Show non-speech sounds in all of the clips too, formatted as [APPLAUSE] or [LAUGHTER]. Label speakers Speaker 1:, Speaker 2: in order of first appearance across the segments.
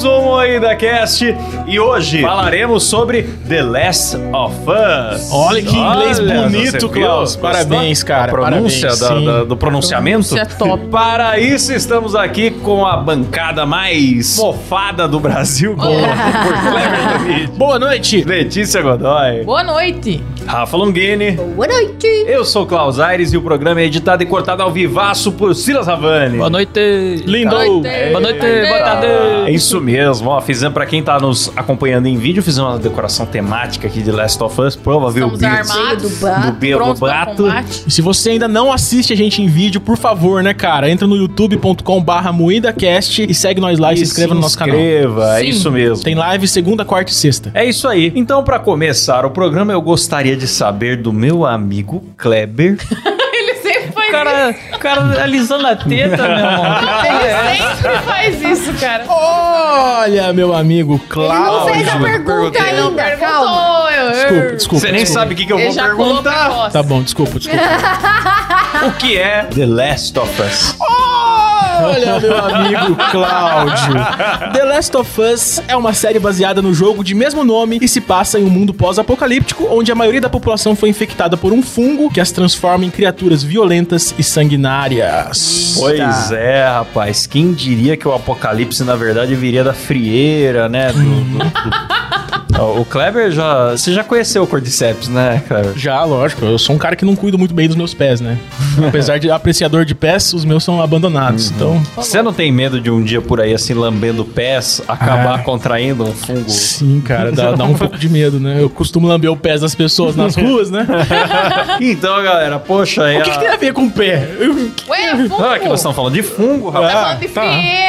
Speaker 1: Corrida um Cast e hoje falaremos sobre The Last of Us.
Speaker 2: Olha que inglês bonito,
Speaker 1: você viu?
Speaker 2: Klaus.
Speaker 1: Gostou?
Speaker 2: Parabéns, cara,
Speaker 1: A pronúncia
Speaker 2: parabéns,
Speaker 1: da-
Speaker 2: sim.
Speaker 1: da- do pronunciamento.
Speaker 3: Isso é top.
Speaker 1: Para isso, estamos aqui com a bancada mais mofada do Brasil, com por Cleber David,
Speaker 2: Boa noite!
Speaker 1: Letícia Godoy,
Speaker 3: Boa noite.
Speaker 1: Rafa Longini.
Speaker 3: Boa noite.
Speaker 1: Eu sou o Klaus Aires e o programa é editado e cortado ao vivaço por Silas Havani.
Speaker 4: Boa noite.
Speaker 2: Lindo!
Speaker 1: Boa noite,
Speaker 4: boa tarde.
Speaker 1: É isso mesmo, ó, fizemos pra quem tá nos acompanhando em vídeo, fizemos uma decoração temática aqui de Last of Us, prova ver o
Speaker 3: Estamos
Speaker 1: Beats
Speaker 3: armados,
Speaker 1: do Bebo
Speaker 3: prontos para
Speaker 1: Bato.
Speaker 3: combate. [LAUGHS]
Speaker 2: E se você ainda não assiste a gente em vídeo, por favor, né, cara? Entra no youtube.com barra moídacast e segue nós lá e, se inscreva no nosso canal.
Speaker 1: inscreva, é
Speaker 3: Sim.
Speaker 1: isso mesmo.
Speaker 2: Tem live segunda, quarta e sexta.
Speaker 1: É isso aí. Então, pra começar o programa, eu gostaria de saber do meu amigo Kleber.
Speaker 3: Ele sempre faz
Speaker 4: O cara, o cara alisando a teta, meu irmão. é.
Speaker 3: isso. [LAUGHS] Ele sempre faz isso, cara.
Speaker 2: Olha, meu amigo
Speaker 5: Não
Speaker 2: Cláudio.
Speaker 5: fez a pergunta
Speaker 1: perguntei.
Speaker 3: Não
Speaker 5: ainda, calma.
Speaker 3: perguntou. Eu, eu-
Speaker 2: Desculpa, desculpa.
Speaker 1: Você nem
Speaker 2: desculpa.
Speaker 1: sabe o que, que eu
Speaker 3: Ele
Speaker 1: vou
Speaker 3: já colocou
Speaker 1: perguntar.
Speaker 3: precoce.
Speaker 2: Tá bom, desculpa, desculpa.
Speaker 1: O que é The Last of Us?
Speaker 2: Olha, meu [LAUGHS] amigo Cláudio. The Last of Us é uma série baseada no jogo de mesmo nome e se passa em um mundo pós-apocalíptico, onde a maioria da população foi infectada por um fungo que as transforma em criaturas violentas e sanguinárias.
Speaker 1: Pois é, rapaz. Quem diria que o apocalipse, na verdade, viria da frieira, né? Do- do- do- Ó, O Kleber já. Você já conheceu o Cordyceps, né, Kleber?
Speaker 2: Já, lógico. Eu sou um cara que não cuido muito bem dos meus pés, né? Apesar de apreciador de pés, os meus são abandonados. Então,
Speaker 1: Você não tem medo de um dia por aí, assim, lambendo pés, acabar
Speaker 2: É.
Speaker 1: contraindo um fungo? [LAUGHS]
Speaker 2: sim, cara, dá, dá um pouco de medo, né? Eu costumo lamber o pés das pessoas nas ruas, [LAUGHS] né?
Speaker 1: Então, galera, poxa, é.
Speaker 2: O que, que tem
Speaker 1: a...
Speaker 2: a ver com o pé? Eu-
Speaker 3: Ué, fungo.
Speaker 1: Ah, que Ah, nós estamos falando de fungo, rapaz.
Speaker 2: É.
Speaker 3: Tá falando de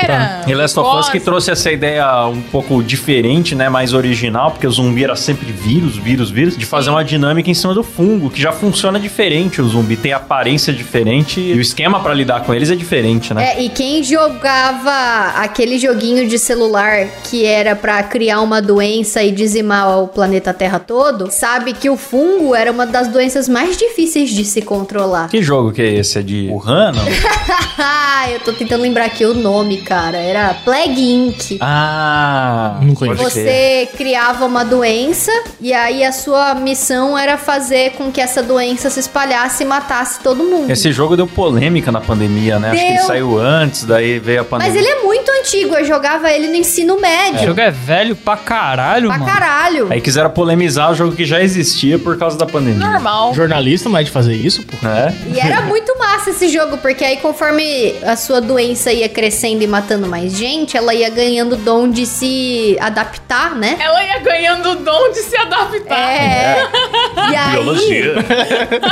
Speaker 3: feira.
Speaker 1: E Last of Us é que
Speaker 3: Gosta.
Speaker 1: trouxe essa ideia um pouco diferente, né? Mais original, porque o zumbi era sempre vírus, vírus, vírus, de fazer uma dinâmica em cima do fungo, que já funciona diferente. O zumbi tem aparência diferente e o esquema pra lidar com eles é diferente, né?
Speaker 5: É, e quem jogava aquele joguinho de celular que era pra criar uma doença e dizimar o planeta Terra todo, sabe que o fungo era uma das doenças mais difíceis de se controlar. [LAUGHS]
Speaker 1: Que jogo que é esse? É de Wuhan? não?
Speaker 5: Ah, eu tô tentando lembrar aqui o nome, cara. Era Plague Inc.
Speaker 1: ah!
Speaker 2: Não conheço.
Speaker 1: pode crer.
Speaker 5: Você criava uma doença e aí a sua missão era fazer com que essa doença se espalhasse e matasse todo mundo.
Speaker 1: Esse jogo deu polêmica na pandemia, né? Acho que ele
Speaker 5: Deu.
Speaker 1: saiu antes, daí veio a pandemia.
Speaker 5: Mas ele é muito antigo, eu jogava ele no ensino
Speaker 4: O
Speaker 5: médio.
Speaker 4: jogo é velho pra caralho,
Speaker 5: Pra
Speaker 4: mano.
Speaker 5: caralho.
Speaker 1: Aí quiseram polemizar o jogo que já existia por causa da pandemia.
Speaker 3: Normal.
Speaker 2: Jornalista não é de fazer isso,
Speaker 5: Ah.
Speaker 2: pô.
Speaker 1: Né?
Speaker 5: E era muito massa esse jogo, porque aí conforme a sua doença ia crescendo e matando mais gente, ela ia ganhando dom de se adaptar, né?
Speaker 3: Ela ia ganhando o dom de se adaptar.
Speaker 5: É. E aí, [LAUGHS]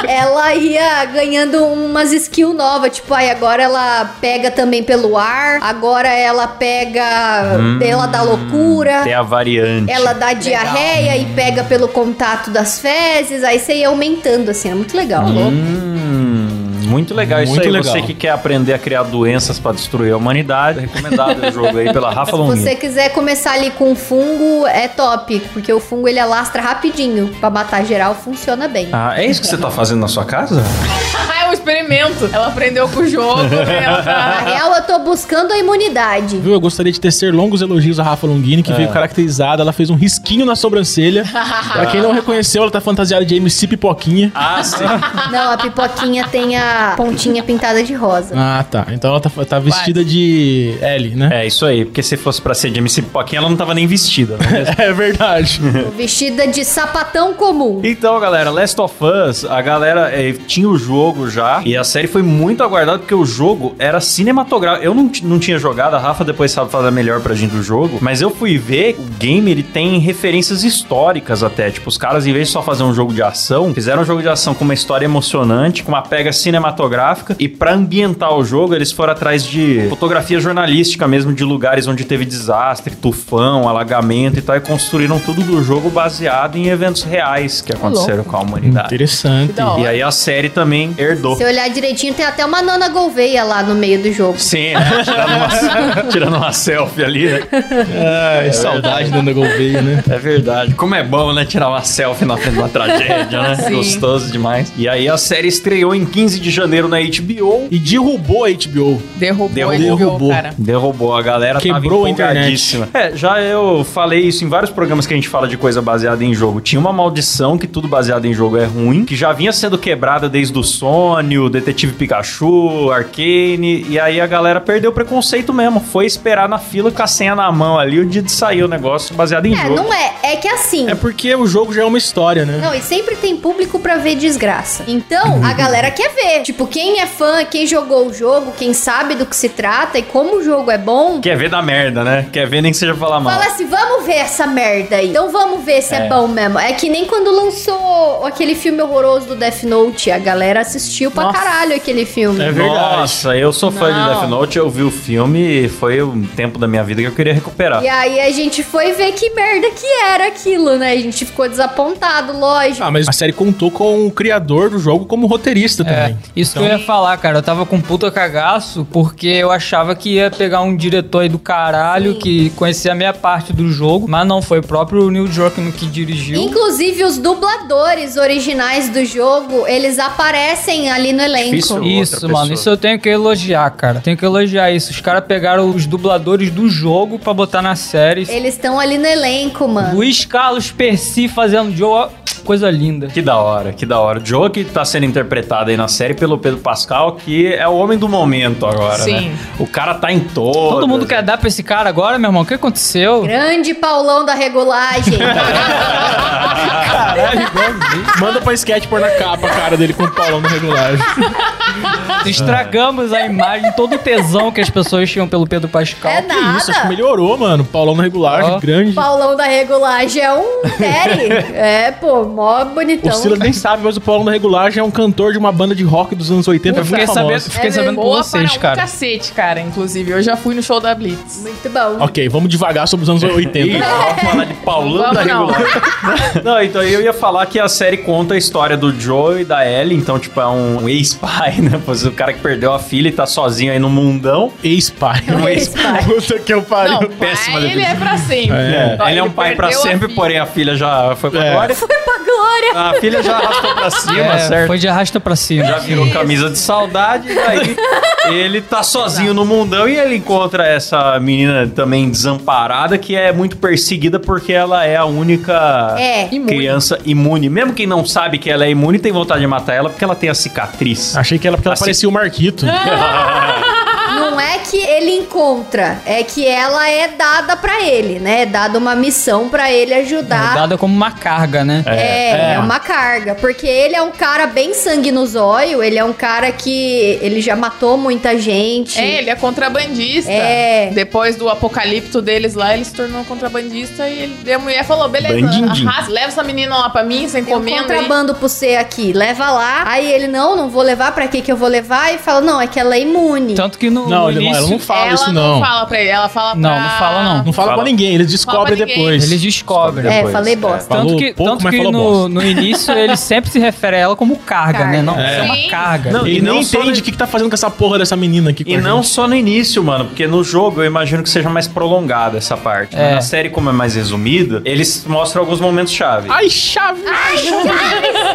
Speaker 5: ela ia ganhando umas skills novas. Tipo, aí agora ela pega também pelo ar, agora ela pega. ela dá loucura.
Speaker 1: Tem a variante.
Speaker 5: Ela dá diarreia e pega pelo contato das fezes, aí você ia aumentando, assim, é muito legal.
Speaker 1: Hum, muito legal isso
Speaker 2: Muito
Speaker 1: aí.
Speaker 2: legal.
Speaker 1: Você que quer aprender a criar doenças pra destruir a humanidade, recomendado o jogo aí pela Rafa
Speaker 5: Se
Speaker 1: Longini.
Speaker 5: você quiser começar ali com fungo, é top, porque o fungo ele alastra rapidinho. Pra matar geral, funciona bem.
Speaker 1: Ah, é isso que você tá fazendo na sua casa?
Speaker 3: Ah, é um experimento. Ela aprendeu com o jogo, né? Ela
Speaker 1: [LAUGHS]
Speaker 5: Na
Speaker 3: tá-
Speaker 5: real, eu tô buscando a imunidade.
Speaker 2: Viu? Eu gostaria de tecer longos elogios à Rafa Longini, que veio caracterizada. Ela fez um risquinho na sobrancelha. pra quem não reconheceu, ela tá fantasiada de MC Pipoquinha.
Speaker 1: Ah, sim.
Speaker 5: Não, a pipoquinha tem a pontinha pintada de rosa.
Speaker 2: Ah, tá. Então ela tá, tá vestida de L, né?
Speaker 1: É, isso aí. Porque se fosse pra ser de MC Pipoquinha, ela não tava nem vestida, né?
Speaker 2: [LAUGHS] É, verdade.
Speaker 5: Vestida de sapatão comum.
Speaker 1: Então, galera, Last of Us, a galera eh, tinha o jogo já e a série foi muito aguardada porque o jogo era cinematográfico. Eu não, ti- não tinha jogado, a Rafa depois sabe falar melhor pra gente do jogo, mas eu fui ver, o game ele tem referências históricas até. Tipo, os caras, em vez de só fazer um jogo de ação, fizeram um jogo de ação com uma história emocionante, com uma pega cinematográfica e pra ambientar o jogo, eles foram atrás de fotografia jornalística mesmo, de lugares onde teve desastre, tufão, alagamento e tal, e construíram tudo do jogo baseado em eventos reais Tá. que aconteceram com a humanidade.
Speaker 2: Interessante.
Speaker 3: Que da hora.
Speaker 1: E aí a série também herdou
Speaker 5: Se olhar direitinho, tem até uma Nana Gouveia lá no meio do jogo.
Speaker 1: Sim, né? tirando, uma, [LAUGHS] tirando uma selfie ali. né?
Speaker 2: Ai, saudade da Ana Gouveia, né?
Speaker 1: É verdade. Como é bom, né? Tirar uma selfie na frente da tragédia, né?
Speaker 3: Sim.
Speaker 1: Gostoso demais. E aí a série estreou em 15 de janeiro na HBO.
Speaker 2: E derrubou a HBO.
Speaker 3: Derrubou,
Speaker 1: Derrubou.
Speaker 3: derrubou, cara.
Speaker 1: Derrubou a galera,
Speaker 2: Quebrou
Speaker 1: tava
Speaker 2: a internet.
Speaker 1: empolgadíssima. É, já eu falei isso em vários programas que a gente fala de coisa baseada em jogo. Tinha uma maldição que tudo baseado em jogo é ruim, que já vinha sendo quebrada desde o Sony, o Detetive Pikachu, Arcane, e aí a galera perdeu o preconceito mesmo. Foi esperar na fila com a senha na mão ali o dia de sair o negócio baseado em
Speaker 5: É,
Speaker 1: jogo.
Speaker 5: não é. É que assim.
Speaker 2: É porque o jogo já é uma história, né?
Speaker 5: Não, e sempre tem público pra ver desgraça. Então, a galera quer ver. Tipo, quem é fã, quem jogou o jogo, quem sabe do que se trata e como o jogo é bom,
Speaker 1: Quer ver da merda, né? Quer ver nem que seja falar mal.
Speaker 5: fala assim: vamos ver essa merda aí. Então vamos ver se é. bom mesmo. É que nem quando lançou aquele filme horroroso do Death Note, a galera assistiu pra
Speaker 4: Nossa.
Speaker 5: caralho aquele filme.
Speaker 2: É verdade.
Speaker 1: Nossa, eu sou fã de
Speaker 3: Não.
Speaker 1: Death Note, eu vi o filme e foi um tempo da minha vida que eu queria recuperar.
Speaker 3: é-
Speaker 5: E aí a gente foi ver que merda que era aquilo, né? A gente ficou desapontado, lógico.
Speaker 2: Ah, mas a série contou com o criador do jogo como roteirista
Speaker 4: É,
Speaker 2: também.
Speaker 4: isso
Speaker 1: Então-
Speaker 4: que eu ia falar, cara. Eu tava com um puta cagaço porque eu achava que ia pegar um diretor aí do caralho que conhecia a minha parte do jogo, mas não foi o próprio Neil Druckmann que dirigiu.
Speaker 5: Inclusive, os dubladores originais do jogo, eles aparecem ali no elenco.
Speaker 1: Difícil. outra
Speaker 4: Isso,
Speaker 1: pessoa.
Speaker 4: mano, isso eu tenho que elogiar, cara. Tenho que elogiar isso. Os caras pegaram os dubladores do jogo pra botar na série.
Speaker 5: Eles estão ali no elenco, mano.
Speaker 4: Luiz Carlos Percy fazendo Joe, ó, coisa linda.
Speaker 1: Que da hora, que da hora. O Joe que tá sendo interpretado aí na série pelo Pedro Pascal, que é o homem do momento agora,
Speaker 3: Sim.
Speaker 1: né? O cara tá em todo.
Speaker 4: Todo mundo quer dar pra esse cara agora, meu irmão. O que aconteceu?
Speaker 5: Grande Paulão
Speaker 2: [LAUGHS]
Speaker 5: da regulagem.
Speaker 2: Caralho, igualzinho. Manda pra sketch pôr na capa a cara dele com o Paulão no regulagem.
Speaker 1: Ah.
Speaker 4: Estragamos a imagem, todo o tesão que as pessoas tinham pelo Pedro Pascal.
Speaker 5: é
Speaker 2: Que
Speaker 5: nada.
Speaker 2: isso, acho que melhorou, mano. Paulão no regulagem,
Speaker 4: Ó.
Speaker 2: grande.
Speaker 5: Paulão da regulagem é um
Speaker 2: [LAUGHS]
Speaker 5: série. é, pô, mó
Speaker 2: O
Speaker 5: bonitão.
Speaker 2: Silas nem sabe, mas o Paulão no regulagem é um cantor de uma banda de rock dos anos 80
Speaker 4: Eu fiquei
Speaker 2: muito famosa.
Speaker 4: sabendo, fiquei
Speaker 3: É
Speaker 4: sabendo por
Speaker 3: boa
Speaker 4: vocês,
Speaker 3: para um
Speaker 4: cara.
Speaker 3: cacete, cara, inclusive. Eu já fui no show da Blitz.
Speaker 5: Muito bom.
Speaker 2: Ok, vamos devagar sobre os anos 80.
Speaker 1: Ih, vamos falar de Paulão da
Speaker 3: Vamos, não.
Speaker 1: Regulagem.
Speaker 3: [LAUGHS]
Speaker 1: Não, então eu ia falar que a série conta a história do Joe e da Ellie, então, tipo, é um ex-pai, né? Pois O cara que perdeu a filha e tá sozinho aí no mundão.
Speaker 2: Ex-pai.
Speaker 5: É um ex-pai.
Speaker 2: Puta que eu pariu.
Speaker 3: Não,
Speaker 1: péssima
Speaker 3: pai, ele
Speaker 1: definição.
Speaker 3: é pra sempre.
Speaker 1: É,
Speaker 3: Ó,
Speaker 1: ele é um pai pra
Speaker 3: perdeu a
Speaker 1: sempre,
Speaker 3: filha.
Speaker 1: porém a filha já foi pra
Speaker 2: É.
Speaker 1: glória.
Speaker 5: Foi pra glória.
Speaker 1: A filha já arrastou pra cima,
Speaker 4: É,
Speaker 1: certo?
Speaker 4: Foi de arrasta pra cima.
Speaker 1: Já virou camisa de saudade, e daí ele tá sozinho no mundão e ele encontra essa menina também desamparada que é muito perseguida porque ela é a única
Speaker 5: É.
Speaker 3: Imune.
Speaker 1: criança imune. Mesmo quem não sabe que ela é imune tem vontade de matar ela porque ela tem a cicatriz.
Speaker 4: Ah,
Speaker 2: Achei que ela, porque ela
Speaker 1: Assim-
Speaker 2: parecia o Marquito.
Speaker 5: Não é que ele encontra, é que ela é dada pra ele, né? É dada uma missão pra ele ajudar.
Speaker 4: É dada como uma carga, né?
Speaker 5: É, é uma carga. Porque ele é um cara bem sangue no zóio, ele é um cara que ele já matou muita gente.
Speaker 3: É, ele é contrabandista.
Speaker 5: É.
Speaker 3: Depois do apocalipto deles lá, ele se tornou um contrabandista e, ele, e a mulher falou: beleza,
Speaker 1: Bandindim.
Speaker 3: arrasa, leva essa menina lá pra mim, sem
Speaker 5: Tem um
Speaker 3: encomenda. aí."
Speaker 5: contrabando pro você aqui, leva lá. Aí ele, não, não vou levar, pra que que eu vou levar? E fala, não, é que ela é imune.
Speaker 4: Tanto que no,
Speaker 2: [LAUGHS] Não, um
Speaker 4: no
Speaker 2: ele- ela
Speaker 4: início...
Speaker 2: não fala
Speaker 3: ela
Speaker 2: isso,
Speaker 3: não.
Speaker 2: não.
Speaker 3: fala pra ele, ela fala
Speaker 4: Não,
Speaker 3: pra...
Speaker 4: não fala, não.
Speaker 2: Não fala
Speaker 1: Fala.
Speaker 2: pra ninguém, eles descobrem
Speaker 3: pra ninguém.
Speaker 2: depois.
Speaker 4: Eles descobrem.
Speaker 5: É,
Speaker 1: Depois,
Speaker 5: falei bosta.
Speaker 2: Falou um
Speaker 4: Tanto que,
Speaker 2: pouco,
Speaker 4: tanto
Speaker 2: mas
Speaker 4: que
Speaker 2: falou
Speaker 4: no,
Speaker 2: bosta.
Speaker 4: no início ele sempre se refere a ela como carga,
Speaker 5: Carga.
Speaker 4: né? Não,
Speaker 5: É.
Speaker 4: é,
Speaker 3: Sim.
Speaker 4: uma carga.
Speaker 1: Não,
Speaker 2: Ele
Speaker 1: E
Speaker 2: nem
Speaker 1: só
Speaker 2: entende
Speaker 1: no-
Speaker 2: o que, que tá fazendo com essa porra dessa menina aqui. com
Speaker 1: E
Speaker 2: a
Speaker 1: não
Speaker 2: gente.
Speaker 1: só no início, mano, porque no jogo eu imagino que seja mais prolongada essa parte.
Speaker 4: É.
Speaker 1: Na série, como é mais resumida, eles mostram alguns momentos chave.
Speaker 2: Ai, chave!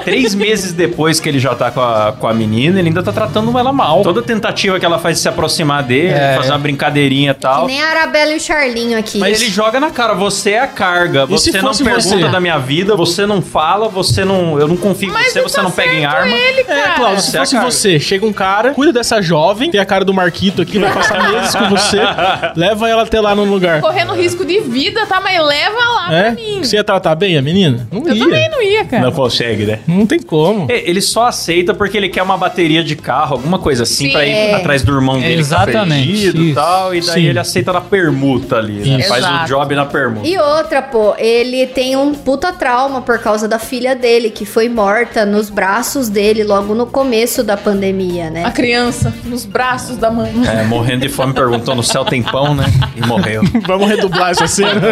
Speaker 1: Três meses depois que ele já tá com a, com a menina, ele ainda tá tratando ela mal. Toda tentativa que ela faz de se aproximar dele,
Speaker 4: É.
Speaker 1: fazer uma brincadeirinha e
Speaker 5: Que
Speaker 1: tal.
Speaker 5: nem a Arabella e o Charlinho aqui.
Speaker 1: Mas ele joga na cara, você é a carga,
Speaker 2: E se
Speaker 1: você não
Speaker 2: fosse
Speaker 1: pergunta
Speaker 2: você?
Speaker 1: da minha vida, você não fala, você não. Eu não confio em você,
Speaker 3: tá
Speaker 1: você não pega em arma.
Speaker 2: É, Cláudio, se
Speaker 1: Você é a
Speaker 2: fosse
Speaker 1: cara.
Speaker 2: você, chega um cara, cuida dessa jovem, tem a cara do Marquito aqui, vai passar meses com você, leva ela até lá no lugar.
Speaker 3: Correndo risco de vida, tá? Mas leva lá pra
Speaker 2: É?
Speaker 3: mim.
Speaker 2: Você ia tratar bem a menina? Não
Speaker 3: Eu
Speaker 2: ia.
Speaker 3: também não ia, cara.
Speaker 1: consegue, né?
Speaker 2: não... tem
Speaker 1: [LAUGHS]
Speaker 2: como.
Speaker 1: É, Ele só aceita porque ele quer uma bateria de carro, alguma coisa assim,
Speaker 3: Sim.
Speaker 1: pra ir
Speaker 5: É.
Speaker 1: atrás do irmão dele
Speaker 4: Exatamente,
Speaker 1: que tá perdido e
Speaker 4: isso.
Speaker 1: tal. E daí
Speaker 2: Sim.
Speaker 1: ele aceita na permuta ali, né?
Speaker 2: Isso.
Speaker 1: Faz o
Speaker 3: Exato.
Speaker 1: job na permuta.
Speaker 5: E outra, pô, ele tem um puta trauma por causa da filha dele, que foi morta nos braços dele logo no começo da pandemia,
Speaker 3: [LAUGHS]
Speaker 5: né?
Speaker 3: A criança nos braços da mãe.
Speaker 1: É, morrendo de fome, perguntou no céu tem pão, né? E morreu.
Speaker 2: Vamos redublar essa cena.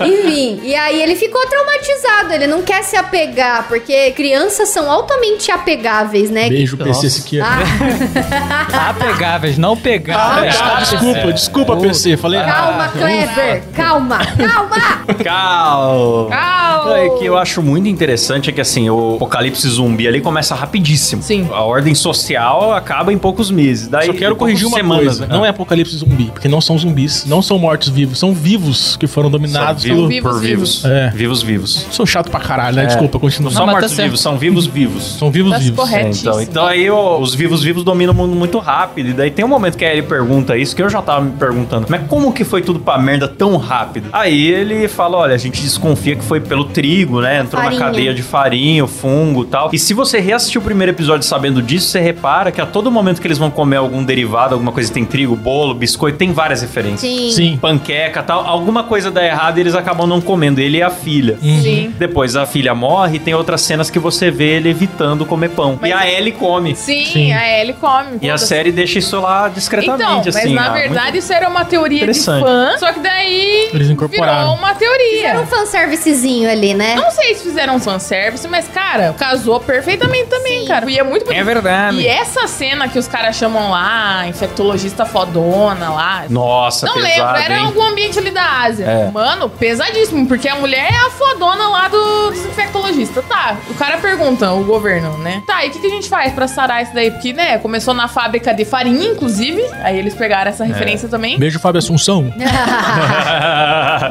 Speaker 5: Enfim, e aí ele ficou traumatizado, ele não quer se apegar, porque crianças são altamente apegáveis,
Speaker 2: [LAUGHS]
Speaker 5: né?
Speaker 2: Beijo, PC Siqueira.
Speaker 5: Ah,
Speaker 4: Apegáveis, Tá não
Speaker 2: é Ah,
Speaker 4: pegáveis.
Speaker 2: tá, desculpa, desculpa, PC. Falei errado.
Speaker 5: calma, Clever, calma, calma!
Speaker 1: Cal!
Speaker 3: Cal!
Speaker 1: É, que eu acho muito interessante é que assim, o apocalipse zumbi ali começa rapidíssimo.
Speaker 3: Sim.
Speaker 1: A ordem social acaba em poucos meses. Daí
Speaker 2: Só quero
Speaker 1: em
Speaker 2: corrigir uma
Speaker 1: poucas semanas,
Speaker 2: coisa.
Speaker 1: né?
Speaker 2: Não é apocalipse zumbi, porque não são zumbis, não são mortos vivos, são vivos que foram
Speaker 1: São
Speaker 2: dominados
Speaker 1: vivos
Speaker 2: pelo.
Speaker 1: por
Speaker 3: Vivos,
Speaker 1: vivos.
Speaker 3: vivos.
Speaker 2: É.
Speaker 1: Vivos vivos.
Speaker 2: Sou chato pra caralho, né? Desculpa, continua.
Speaker 1: Não são
Speaker 4: mas tá
Speaker 1: mortos
Speaker 4: certo.
Speaker 1: vivos, são vivos vivos.
Speaker 2: São vivos
Speaker 3: Tá
Speaker 2: vivos.
Speaker 3: correto.
Speaker 1: É, então,
Speaker 3: Corretíssimo.
Speaker 1: então aí ó, os vivos vivos dominam o mundo muito rápido. E daí tem um momento que ele pergunta isso, que eu já tava me perguntando, mas como que foi tudo pra merda tão rápido? Aí ele fala: olha, a gente desconfia que foi pelo trigo, né? Entrou
Speaker 5: Farinha.
Speaker 1: na cadeia de farinha, fungo e tal. E se você reassistir o primeiro episódio sabendo disso, você repara que a todo momento que eles vão comer algum derivado, alguma coisa que tem trigo, bolo, biscoito, tem várias referências.
Speaker 5: Sim.
Speaker 2: Sim.
Speaker 1: Panqueca tal, alguma coisa dá errado e eles acabam não comendo, ele e a filha.
Speaker 2: Hum.
Speaker 3: Sim.
Speaker 1: Depois a filha morre e tem outras cenas que você vê ele evitando comer pão.
Speaker 3: Mas-
Speaker 1: e
Speaker 3: é-
Speaker 1: a Ellie come.
Speaker 3: Sim,
Speaker 2: Sim.
Speaker 3: a Ellie come.
Speaker 1: E a
Speaker 3: foda-se.
Speaker 1: série deixa isso lá
Speaker 3: Então,
Speaker 1: discretamente,
Speaker 3: mas
Speaker 1: assim.
Speaker 3: na
Speaker 1: ah,
Speaker 3: verdade isso era uma teoria de
Speaker 1: Interessante.
Speaker 3: fã, só que daí
Speaker 2: Eles incorporaram.
Speaker 3: virou uma teoria.
Speaker 5: Era um fanservicezinho ali, né?
Speaker 3: Não sei se fizeram um fanservice, mas, cara, casou perfeitamente também, cara. E é muito bonito.
Speaker 4: É verdade.
Speaker 3: E essa cena que os caras chamam lá, infectologista fodona lá.
Speaker 1: muito- Nossa,
Speaker 3: não
Speaker 1: Tá pesado,
Speaker 3: lembro, era
Speaker 1: hein?
Speaker 3: algum ambiente ali da Ásia.
Speaker 1: É.
Speaker 3: Mano, pesadíssimo, porque a mulher é a fodona lá do, dos infectologistas. Tá, o cara pergunta, o governo, né? Tá, e o que, que a gente faz pra sarar isso daí? Porque, né, começou na fábrica de farinha, inclusive. Aí eles pegaram
Speaker 1: É.
Speaker 3: essa referência também.
Speaker 2: Beijo, Fábio Assunção.